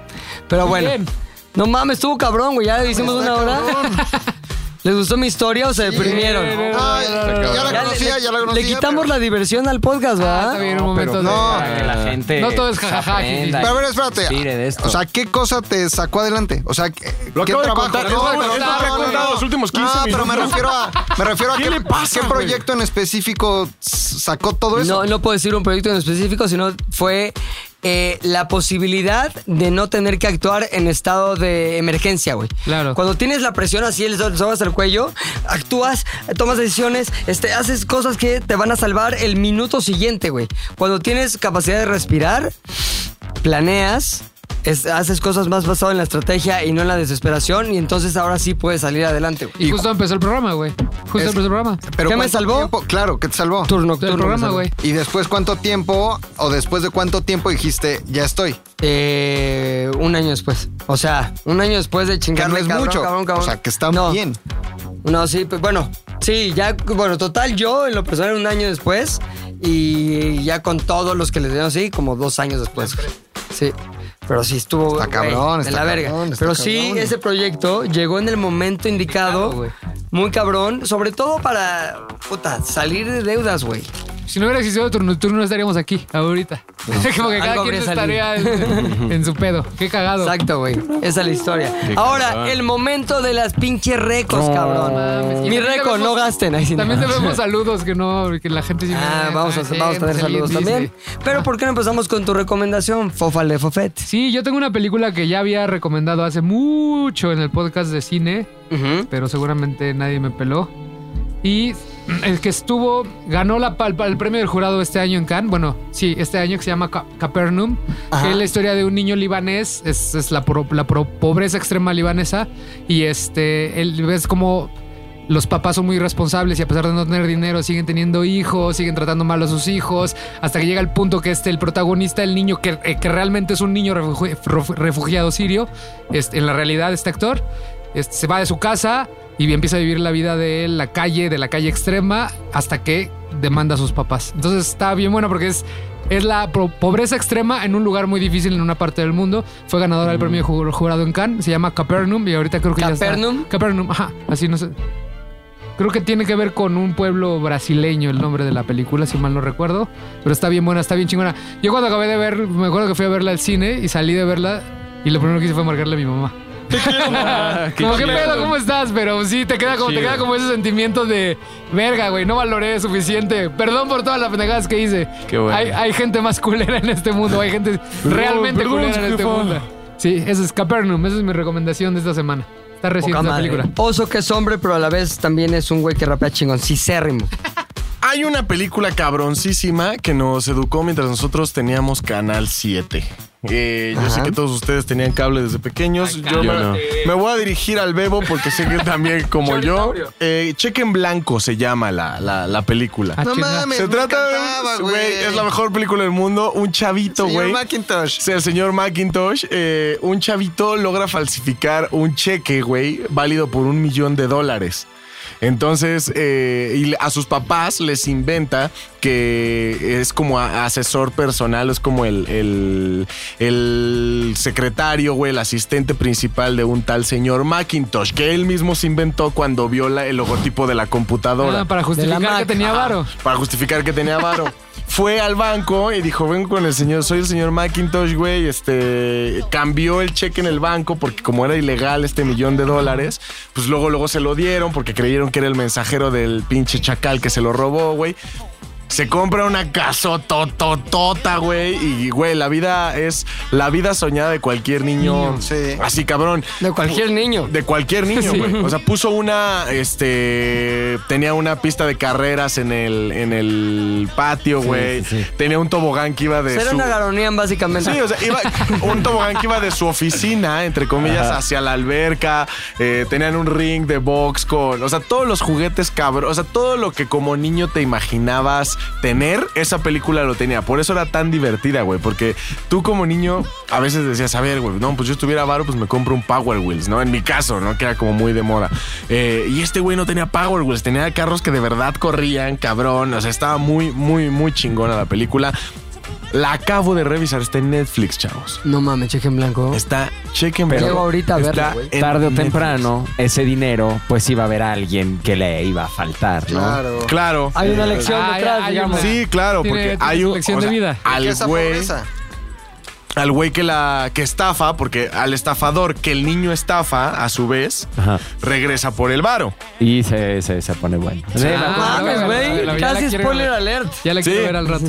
Pero Muy bueno. bien. No mames, estuvo cabrón, güey. Ya hicimos una hora. (laughs) ¿Les gustó mi historia o se deprimieron? Ay, ya la conocía, ya la Le conocía. Ah, quitamos la diversión al podcast, ¿verdad? está bien, Ah, un momento de- para que la gente No todo es jajaja, aprenda Pero a ver, y espérate. inspire de esto. O sea, ¿qué cosa te sacó adelante? O sea, ¿qué, Lo qué acabo de trabajo? contar, es lo- es lo que ha contado los últimos 15 No, pero me minutos. refiero a, me refiero a ¿Qué qué, le pasa, qué güey? proyecto en específico s- sacó todo eso. No, no puedo decir un proyecto en específico, sino fue eh, la posibilidad de no tener que actuar en estado de emergencia, güey. Claro. Cuando tienes la presión así, el sol sobas el cuello, actúas, tomas decisiones, este, haces cosas que te van a salvar el minuto siguiente, güey. Cuando tienes capacidad de respirar, planeas. es- haces cosas más basado en la estrategia y no en la desesperación y entonces ahora sí puedes salir adelante. güey. Y justo empezó el programa, güey. Justo Es- empezó el programa. Pero ¿Qué me ¿cuánto salvó? tiempo? Claro, ¿qué te salvó? Turno, turno me programa, salvó. güey. Y después, ¿cuánto tiempo o después de cuánto tiempo dijiste, ya estoy? Eh, un año después. O sea, un año después de chingarle es cabrón, mucho. cabrón, cabrón. O sea, que está No. bien. No, sí, pues bueno, sí, ya, bueno, total, yo en lo personal un año después y ya con todos los que les dieron, sí, como dos años después. Sí, pero sí estuvo. Está güey, cabrón, de la está verga. cabrón, está pero sí, cabrón. ese proyecto llegó en el momento indicado, muy cabrón, sobre todo para, puta, salir de deudas, güey. Si no hubiera existido turno, turno, no estaríamos aquí (laughs) ahorita. Como que cada Algo quien habría salido. estaría en, en su pedo. Qué cagado. Exacto, güey. Esa es la historia. Qué Ahora, cabrón. el momento de las pinches recos, cabrón. Y Mi también reco, debemos- no gasten. Ahí sí, no. También debemos saludos que no, que la gente sí. eh, Ah, vamos a, pues, vamos a tener saludos también. Pero ¿por qué no empezamos con tu recomendación, Fofal de Fofet? Sí, yo tengo una película que ya había recomendado hace mucho en el podcast de cine, pero seguramente nadie me peló. Y el que estuvo, ganó la, pal- el premio del jurado este año en Cannes, bueno, sí, este año que se llama Ca- Capernaum, que es la historia de un niño libanés, es, es la, pro- la pro- pobreza extrema libanesa, y este, él ves como los papás son muy responsables y a pesar de no tener dinero siguen teniendo hijos, siguen tratando mal a sus hijos, hasta que llega el punto que este, el protagonista, el niño que, eh, que realmente es un niño refugi- refu- refugiado sirio, este, en la realidad este actor, este, se va de su casa y empieza a vivir la vida de la calle, de la calle extrema, hasta que demanda a sus papás. Entonces está bien bueno porque es... Es la pro- pobreza extrema en un lugar muy difícil en una parte del mundo. Fue ganadora del premio ju- jurado en Cannes. Se llama Capernaum y ahorita creo que ya ¿Capernaum? está. Capernaum. Ajá. Así no sé. Creo que tiene que ver con un pueblo brasileño el nombre de la película, si mal no recuerdo. Pero está bien buena, está bien chingona. Yo cuando acabé de ver, me acuerdo que fui a verla al cine y salí de verla y lo primero que hice fue marcarle a mi mamá. qué como, (laughs) ¿qué chido. pedo? ¿Cómo estás? Pero sí, te queda, como, te chido. queda como ese sentimiento de, verga, güey, no valoré suficiente. Perdón por todas las pendejadas que hice. Qué bueno. hay, hay gente más culera en este mundo, hay gente realmente perdón, culera en este jefa. mundo. Sí, esa es Capernaum, esa es mi recomendación de esta semana. Está reciente Poca la madre. película. Oso que es hombre, pero a la vez también es un güey que rapea chingón. Cicérrimo. Hay una película cabroncísima que nos educó mientras nosotros teníamos Canal 7. Eh, yo sé que todos ustedes tenían cable desde pequeños. Yo me, no. me voy a dirigir al Bebo porque sé que también, como yo, eh, Cheque en Blanco se llama la, la- la película. Ah, No mames, Se Ah, me trata encantaba, de. un- Güey, güey. es la mejor película del mundo. Un chavito, Señor güey. Macintosh. Sí, El señor Macintosh. eh, un chavito logra falsificar un cheque, güey, válido por un millón de dólares. Entonces, eh, y le- a sus papás les inventa que es como a- asesor personal, es como el, el, el secretario o el asistente principal de un tal señor Macintosh, que él mismo se inventó cuando vio la- el logotipo de la computadora. Ah, para justificar que tenía varo. Para justificar que tenía varo. Fue al banco y dijo, vengo con el señor, soy el señor Macintosh, güey. Este, cambió el cheque en el banco porque como era ilegal este millón de dólares, pues luego, luego se lo dieron porque creyeron que era el mensajero del pinche chacal que se lo robó, güey. Se compra una casotototota, güey. Y, güey, la vida es la vida soñada de cualquier niño. Así, cabrón. De cualquier niño. De cualquier niño, Sí. güey. O sea, puso una, este, tenía una pista de carreras en el, en el patio, güey. Tenía un tobogán que iba de Pues Era su- una garonian, básicamente. Sí, o sea, iba un tobogán que iba de su oficina, entre comillas, Ajá. hacia la alberca. eh, tenían un ring de box con. O sea, todos los juguetes cabrón. O sea, todo lo que como niño te imaginabas tener, esa película lo tenía. Por eso era tan divertida, güey. Porque tú como niño a veces decías, a ver, güey, no, pues yo estuviera varo, pues me compro un Power Wheels, ¿no? En mi caso, ¿no? Que era como muy de moda. Eh, y este güey no tenía Power Wheels, tenía carros que de verdad corrían, cabrón. O sea, estaba muy, muy, muy chingona la película. La acabo de revisar, está en Netflix, chavos. No mames, cheque en blanco. Está, cheque en Llego blanco. ahorita a verlo, Está güey. en Tarde o Netflix. temprano, ese dinero, pues iba a haber alguien que le iba a faltar, ¿no? Claro. Hay una lección Ah, detrás, hay digamos. una- Sí, claro, Tiene- porque tiene hay su un. lección de vida. Al Riqueza, güey. pobreza. Al güey que la. que estafa, porque al estafador que el niño estafa, a su vez, Ajá. regresa por el varo. Y se, se, se pone bueno. Sí, Ve la- Ah, Mames, güey, la- la- ya casi la quiero spoiler ver. alert. Ya la quiero Sí. ver al rato.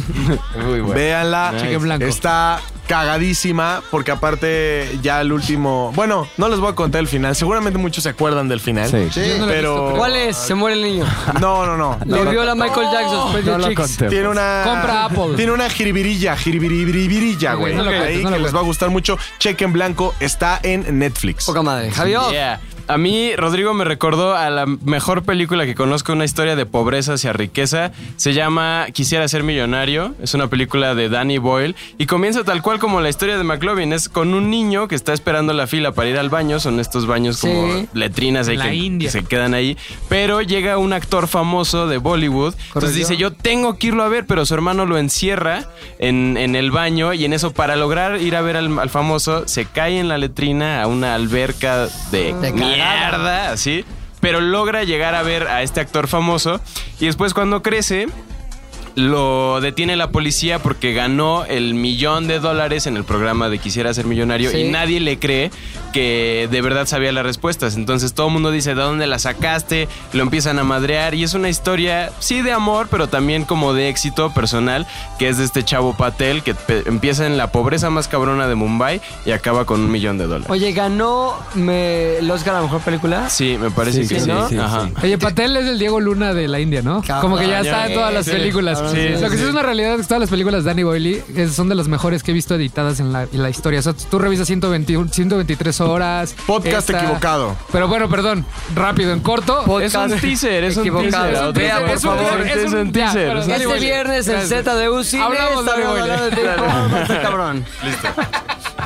Muy bueno. Véanla. Cheque en blanco. Está cagadísima porque aparte ya el último... Bueno, no les voy a contar el final. Seguramente muchos se acuerdan del final. Sí. Sí. Yo no lo he pero... ¿Cuál es? Se muere el niño. No, no, no. Le viola a Michael Jackson. después de No lo Chicks. conté. Tiene una. Compra Apple. Tiene una jiribirilla, jiribiribirilla, Ok, güey. no lo Ahí cuentes, no lo que les va a gustar mucho. Cheque en blanco está en Netflix. Poca madre. Javier. Yeah. A mí, Rodrigo me recordó a la mejor película que conozco, una historia de pobreza hacia riqueza. Se llama Quisiera ser millonario. Es una película de Danny Boyle y comienza tal cual como la historia de McLovin. Es con un niño que está esperando la fila para ir al baño. Son estos baños como Sí. letrinas ahí La que India. se quedan ahí. Pero llega un actor famoso de Bollywood. Entonces dice, yo tengo que irlo a ver, pero su hermano lo encierra en, en el baño y en eso, para lograr ir a ver al, al famoso, se cae en la letrina a una alberca de De cagada. mierda, así. Pero logra llegar a ver a este actor famoso y después cuando crece... Lo detiene la policía porque ganó el millón de dólares en el programa de Quisiera ser millonario Sí. y nadie le cree que de verdad sabía las respuestas. Entonces todo el mundo dice, ¿de dónde la sacaste? Lo empiezan a madrear y es una historia, sí, de amor, pero también como de éxito personal, que es de este chavo Patel que pe- empieza en la pobreza más cabrona de Mumbai y acaba con un millón de dólares. Oye, ganó me, el Oscar a la mejor película. Sí, me parece Sí, que sí, sí. ¿no? Ajá. Oye, Patel es el Diego Luna de la India, ¿no? Cabrón, Como que ya ya, está en todas las sí. películas. Cabrón, sí, Lo que sí sí. es una realidad es que todas las películas de Danny Boyle es- son de las mejores que he visto editadas en la, en la historia. O sea, tú revisas 121, 123 horas. Podcast esta- equivocado. Pero bueno, perdón, rápido, en corto. Es un (laughs) teaser, es un Equivocado. teaser. Vea, por Es un- favor, es un teaser. Danny Este Boyle. viernes en Gracias. ZDU Cine Hablamos de Danny estaremos Boyle. hablando de Big Brother, cabrón.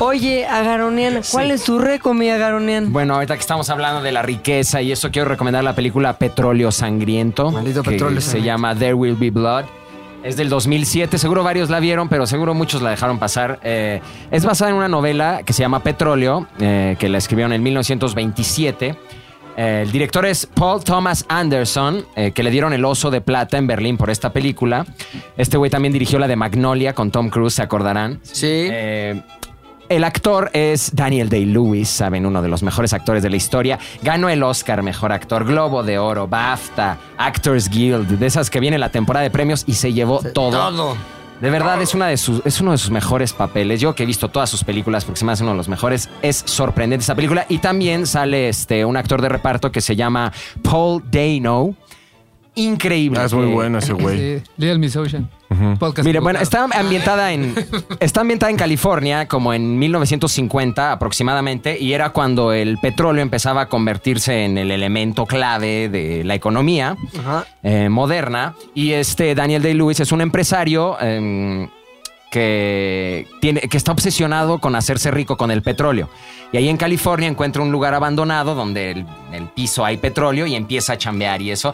Oye, Agaronian, ¿cuál es tu recomida, Agaronian? Bueno, ahorita que estamos hablando de la riqueza y eso, quiero recomendar la película Petróleo Sangriento. Maldito que petróleo Se llama There Will Be Blood. Es del 2007, seguro varios la vieron, pero seguro muchos la dejaron pasar. Eh, es basada en una novela que se llama Petróleo, eh, que la escribieron en 1927. Eh, el director es Paul Thomas Anderson, eh, que le dieron el Oso de Plata en Berlín por esta película. Este güey también dirigió la de Magnolia con Tom Cruise, se acordarán. Sí. Eh, el actor es Daniel Day-Lewis, saben, uno de los mejores actores de la historia. Ganó el Oscar, mejor actor, Globo de Oro, BAFTA, Actors Guild, de esas que viene la temporada de premios y se llevó todo. De verdad, es, una de sus, es uno de sus mejores papeles. Yo que he visto todas sus películas, porque se me hace uno de los mejores, es sorprendente esa película. Y también sale este, un actor de reparto que se llama Paul Dano. Increíble. Ah, es muy Eh, bueno ese güey. Sí, Little Miss Ocean. Podcast. Mire, bueno, equivocado. está ambientada en está ambientada en California como en 1950 aproximadamente y era cuando el petróleo empezaba a convertirse en el elemento clave de la economía Ajá. eh, moderna y este Daniel Day-Lewis es un empresario em, que, tiene, que está obsesionado con hacerse rico con el petróleo. Y ahí en California encuentra un lugar abandonado donde el, el piso hay petróleo y empieza a chambear y eso.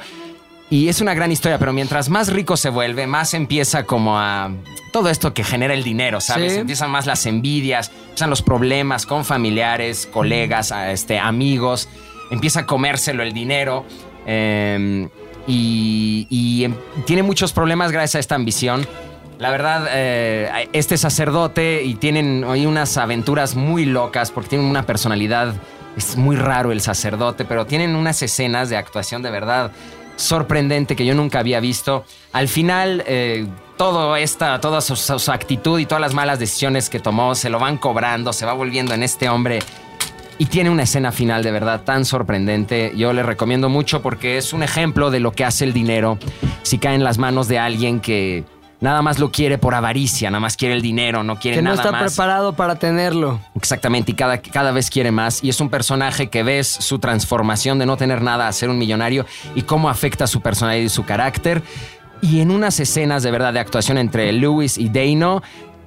Y es una gran historia, pero mientras más rico se vuelve, más empieza como a todo esto que genera el dinero, ¿sabes? Sí. Empiezan más las envidias, empiezan los problemas con familiares, colegas, a- este, amigos, empieza a comérselo el dinero. eh, y, y em- tiene muchos problemas gracias a esta ambición. La verdad, eh, este sacerdote y tienen hoy unas aventuras muy locas porque tienen una personalidad, es muy raro el sacerdote, pero tienen unas escenas de actuación de verdad sorprendente que yo nunca había visto. Al final, eh, todo esta, toda su, su- su actitud y todas las malas decisiones que tomó se lo van cobrando, se va volviendo en este hombre. Y tiene una escena final de verdad tan sorprendente. Yo le recomiendo mucho porque es un ejemplo de lo que hace el dinero si cae en las manos de alguien que nada más lo quiere por avaricia, nada más quiere el dinero, no quiere Que no nada está más. preparado para tenerlo. Exactamente, y cada, cada vez quiere más. Y es un personaje que ves su transformación de no tener nada a ser un millonario y cómo afecta su personalidad y su carácter. Y en unas escenas de verdad de actuación entre Lewis y Dano,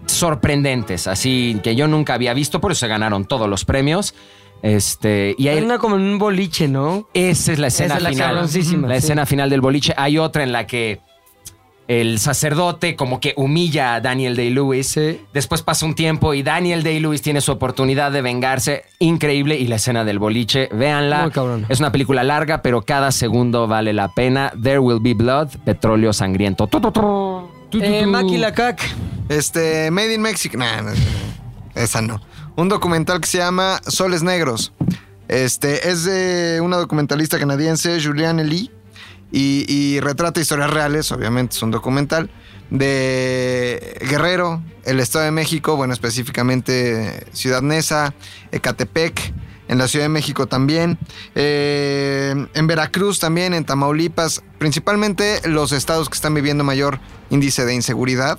sorprendentes, así que yo nunca había visto, por eso se ganaron todos los premios. Este, y hay, Una como en un boliche, ¿no? esa es la escena Esa es la final. cabroncísima, la sí. escena final del boliche. Hay otra en la que el sacerdote como que humilla a Daniel Day-Lewis. Después pasa un tiempo y Daniel Day-Lewis tiene su oportunidad de vengarse. Increíble. Y la escena del boliche, véanla. Muy cabrón. Es una película larga, pero cada segundo vale la pena. There Will Be Blood, Petróleo Sangriento. Tu, tu, tu. Eh, Maki Lacac. Este, Made in Mexico. Nah, no, esa no. Un documental que se llama Soles Negros. Este, es de una documentalista canadiense, Julianne Lee, y, y retrata historias reales, obviamente es un documental, de Guerrero, el Estado de México, bueno, específicamente Ciudad Neza, Ecatepec, en la Ciudad de México también, eh, en Veracruz también, en Tamaulipas, principalmente los estados que están viviendo mayor índice de inseguridad.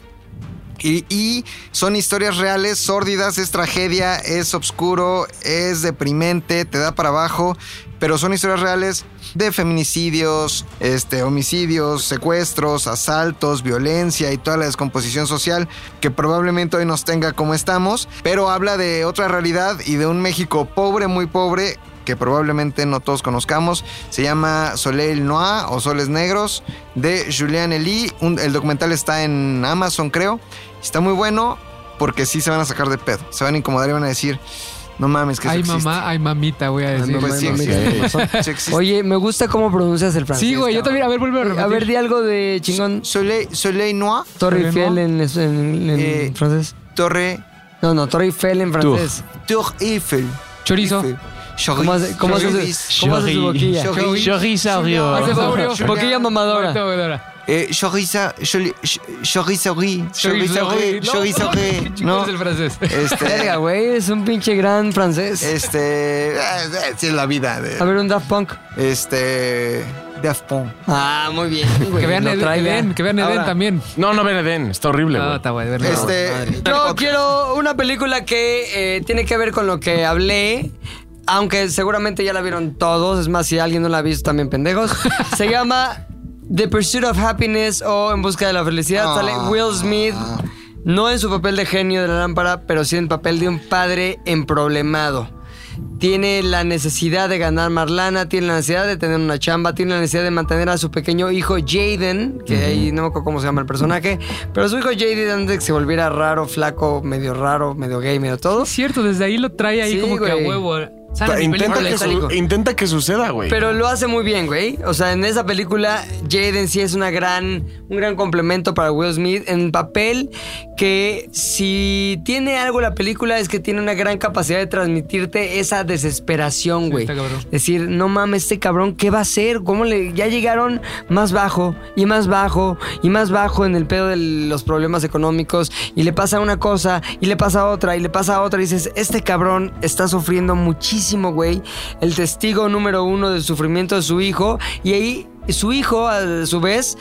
Y, y son historias reales, sórdidas, es tragedia, es obscuro, es deprimente, te da para abajo, pero son historias reales de feminicidios, este, homicidios, secuestros, asaltos, violencia y toda la descomposición social que probablemente hoy nos tenga como estamos, pero habla de otra realidad y de un México pobre, muy pobre, que probablemente no todos conozcamos. Se llama Soleil Noir o Soles Negros de Julian Elie. Un- el documental está en Amazon, creo. Está muy bueno porque sí se van a sacar de pedo. Se van a incomodar y van a decir, no mames, que eso Ay, existe". mamá, ay, mamita, voy a Ah, decir. mamá, Pues sí, mamita, existe. tienes razón, (laughs) sí existe. Oye, me gusta cómo pronuncias el francés. Sí, güey, yo también. A ver, vuelve a repetir. A ver, di algo de chingón. Soleil, Soleil Noir. Torre Eiffel en, en- en Eh, francés. Torre. No, no, Torre Eiffel en francés. Tour Eiffel. Chorizo. ¿Cómo hace, cómo hace su, cómo hace su boquilla? Chorizo. Chorizaurio. Hace Saurio. Boquilla mamadora. Eh, choriza, choli- ch- chorizaurí, chorizaurí, chorizaurí. No, es el francés. (laughs) Este, Verga, güey, es un pinche gran francés. este, eh, eh, sí es la vida. de- A ver, un Daft Punk. Este, Daft Punk. Ah, muy (laughs) bien. Que vean Ed- Edén, que vean Edén también. Ah, No, no ven Edén, está horrible. güey. Este, Yo quiero una película que eh, tiene que ver con lo que hablé. Aunque seguramente ya la vieron todos. Es más, si alguien no la ha visto, también (laughs) pendejos. Se llama The Pursuit of Happiness o En Busca de la Felicidad. Sale Will Smith. No en su papel de genio de la lámpara, pero sí en el papel de un padre emproblemado. Tiene la necesidad de ganar Marlana, tiene la necesidad de tener una chamba, tiene la necesidad de mantener a su pequeño hijo Jaden, que ahí no me acuerdo cómo se llama el personaje, pero su hijo Jaden antes de que se volviera raro, flaco, medio raro, medio gay, medio todo. Cierto, desde ahí lo trae ahí Sí, como que güey. a huevo. Sale Ta- mi Intenta película. que, su- intenta que suceda, güey. Pero lo hace muy bien, güey. O sea, en esa película, Jaden sí es una gran, un gran complemento para Will Smith en papel que si tiene algo la película es que tiene una gran capacidad de transmitirte esa desesperación, güey. está cabrón. Decir, no mames, este cabrón, ¿qué va a hacer? ¿Cómo le...? Ya llegaron más bajo y más bajo y más bajo en el pedo de los problemas económicos y le pasa una cosa y le pasa otra y le pasa otra y dices, este cabrón está sufriendo muchísimo, güey. El testigo número uno del sufrimiento de su hijo y ahí su hijo, a su vez,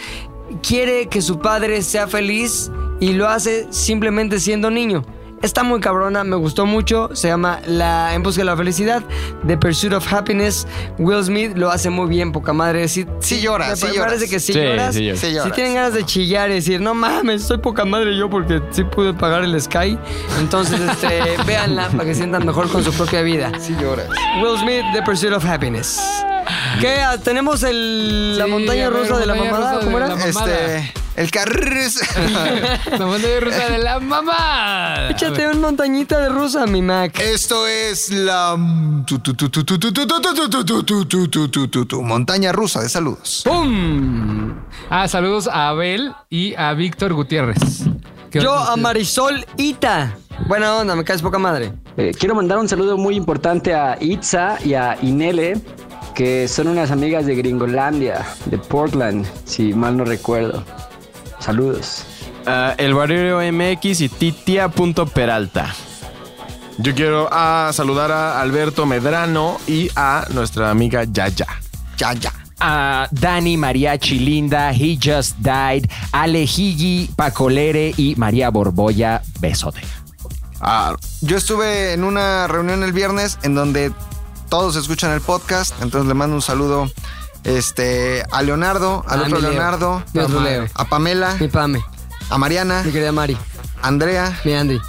quiere que su padre sea feliz y lo hace simplemente siendo niño. Está muy cabrona, me gustó mucho. Se llama La En Busca de la Felicidad, The Pursuit of Happiness. Will Smith lo hace muy bien, poca madre. Sí, sí lloras, me sí parece lloras. que sí, Sí, lloras. sí lloras. Sí lloras. Si tienen ganas de chillar y decir, no mames, soy poca madre yo porque sí pude pagar el Sky. Entonces, este, (laughs) véanla para que sientan mejor con su propia vida. Sí lloras. Will Smith, The Pursuit of Happiness. ¿Qué? Ah, ¿Tenemos el, la Sí, montaña a ver, rusa de la montaña mamada? rusa ¿Cómo de era? la mamada. Este, el carrus. La montaña rusa de la mamá. Échate una montañita de rusa, mi Mac. (laughs) Esto es la tu, tu, tu, tu, tu, tu, tu, tu, tu, tu, tu, tu, tu, tu, tu, tu, tu, montaña rusa de saludos. ¡Pum! Ah, saludos a Abel y a Víctor Gutiérrez. Que- Yo a Marisol Ita. Buena onda, me caes poca madre. Eh, quiero mandar un saludo muy importante a Itza y a Inele, que son unas amigas de Gringolandia, de Portland, si mal no recuerdo. Saludos. Ah, el Barrio MX y titia.peralta. Yo quiero ah, saludar a Alberto Medrano y a nuestra amiga Yaya. Yaya. a Dani, Mariachi Linda, He Just Died, Ale Higgy, Paco Lere y María Borboya. Besote. Ah, yo estuve en una reunión el viernes en donde todos escuchan el podcast, entonces le mando un saludo este, a Leonardo, al Ah, otro mi Leo. Leonardo, Mi otro Leo. a Pamela, Mi Pame. a Mariana, Mi querida Mari. Andrea, Mi Andy.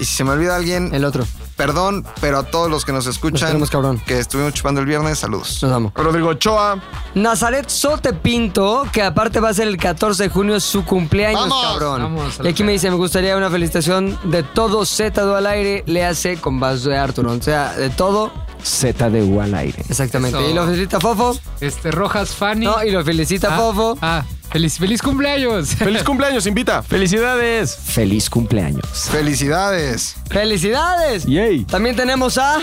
y si se me olvida alguien, El otro. Perdón, pero a todos los que nos escuchan, que estuvimos chupando el viernes, saludos. Nos amo. Rodrigo Ochoa. Nazaret Sote Pinto, que aparte va a ser el 14 de junio su cumpleaños, ¡Vamos! cabrón. Vamos a y la aquí me dice, me gustaría una felicitación de todo Z2 al aire, le hace con vaso de Arturo. O sea, de todo. ZDU al aire. Exactamente. Eso. Y lo felicita Fofo. Este, Rojas Fanny. No, y lo felicita Ah, Fofo. Ah, feliz, feliz cumpleaños. (laughs) Ah, Feliz cumpleaños, invita. Felicidades. Feliz cumpleaños. Felicidades. ¡Felicidades! También tenemos a.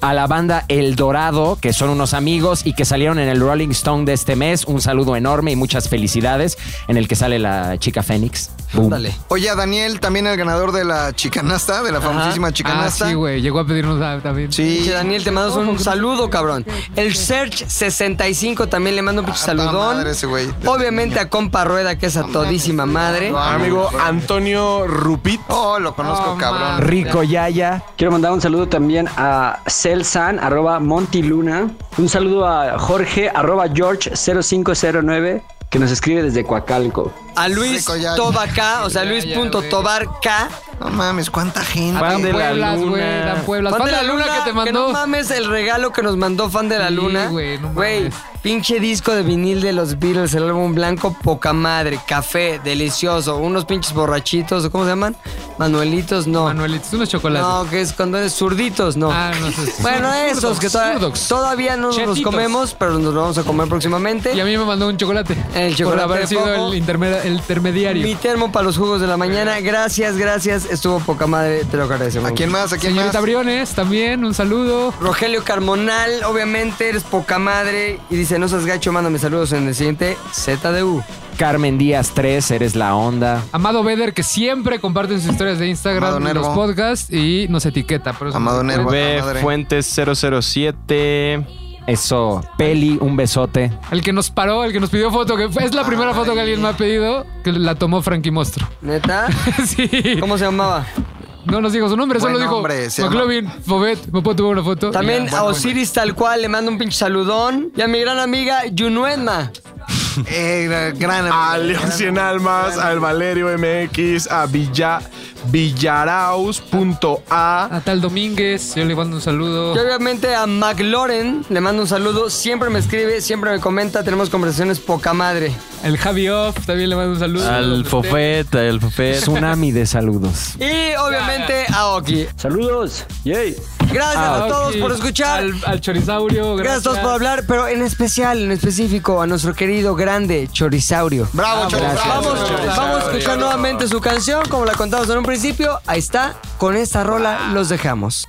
A la banda El Dorado, que son unos amigos y que salieron en el Rolling Stone de este mes. Un saludo enorme y muchas felicidades. En el que sale la chica Fénix. Boom. Oye, a Daniel, también el ganador de la chicanasta, de la famosísima chicanasta. Ah, sí, güey. Llegó a pedirnos la- también. Sí. Che, Daniel, te mando un saludo, cabrón. El Search65 también le mando un pinche saludón. madre ese güey. Obviamente a compa Rueda, que es a todísima madre. Amigo Antonio Rupit. Oh, lo conozco, cabrón. Rico Yaya. Quiero mandar un saludo también a Celsan, arroba Montiluna. Un saludo a Jorge, arroba George0509, que nos escribe desde Coacalco. A Luis Tobaca, o sea, Luis.tobarca. No mames, cuánta gente. Fan de la Pueblas, luna. güey, Dan Pueblas. Fan de la luna que te mandó. no mames el regalo que nos mandó Fan de la Sí, Luna. güey, no mames. Güey, pinche disco de vinil de los Beatles, el álbum blanco, poca madre, café, delicioso, unos pinches borrachitos, ¿cómo se llaman? Manuelitos, no. Manuelitos, unos chocolates. No, que es cuando eres zurditos, no. Ah, no sé. Bueno, Zurdos, esos que todavía, zurdos. todavía no Chetitos. los comemos, pero nos los vamos a comer próximamente. Y a mí me mandó un chocolate. El chocolate Por haber de sido Fofo. el, interme- el intermediario. Mi termo para los jugos de la mañana. Gracias, gracias. Estuvo poca madre, te lo agradecemos. ¿A quién más? ¿A quién Señorita más? Briones, también un saludo. Rogelio Carmonal, obviamente eres poca madre. Y dice, no seas gacho, mándame saludos en el siguiente ZDU. Carmen Díaz 3, eres la onda. Amado Beder, que siempre comparte sus historias de Amado Instagram, Nervo. los podcasts y nos etiqueta. Por eso Amado nos- Nervo. B. madre. Fuentes 007. Eso, Peli, un besote. El que nos paró, el que nos pidió foto, que fue- es la primera foto que alguien me ha pedido, que la tomó Frankie Mostro. (laughs) ¿Neta? sí. ¿Cómo se llamaba? No nos dijo su nombre, solo Buen dijo hombre, se llama- McLovin, Fobet, ¿me puedo tomar una foto? También Ya, a bueno, Osiris tal cual, le mando un pinche saludón. Y a mi gran amiga Yunuenma. Eh, gran- gran A León Cien Almas, al Valerio MX, a Villa, Villaraus.a. A Tal Domínguez, yo le mando un saludo. Y obviamente a McLaurin le mando un saludo. Siempre me escribe, siempre me comenta. Tenemos conversaciones poca madre. El Javi Off, también le mando un saludo. Al Donde Fofet, al Fofet. Tsunami de saludos. Y obviamente a Oki. Saludos. Yay. Gracias esté. a todos Oki, por escuchar. Ah, Al, al Chorizaurio, Gracias gracias. a todos por hablar, pero en especial, en específico, a nuestro querido grande Chorisaurio. Bravo, Chori, bravo, Vamos, Chori. vamos a escuchar nuevamente su canción, como la contamos en un principio. Ahí está, con esta rola los dejamos.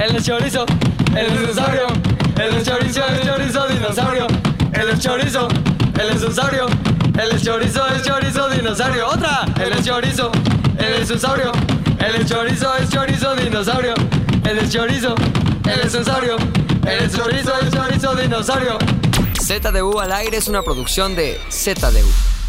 El chorizo, el dinosaurio, el chorizo, el chorizo, dinosaurio, el chorizo, el dinosaurio, el chorizo, el chorizo, dinosaurio, otra, el chorizo, el dinosaurio, el chorizo, el chorizo, dinosaurio, el chorizo, el dinosaurio, el chorizo, el chorizo, dinosaurio. ZDU al aire es una producción de ZDU.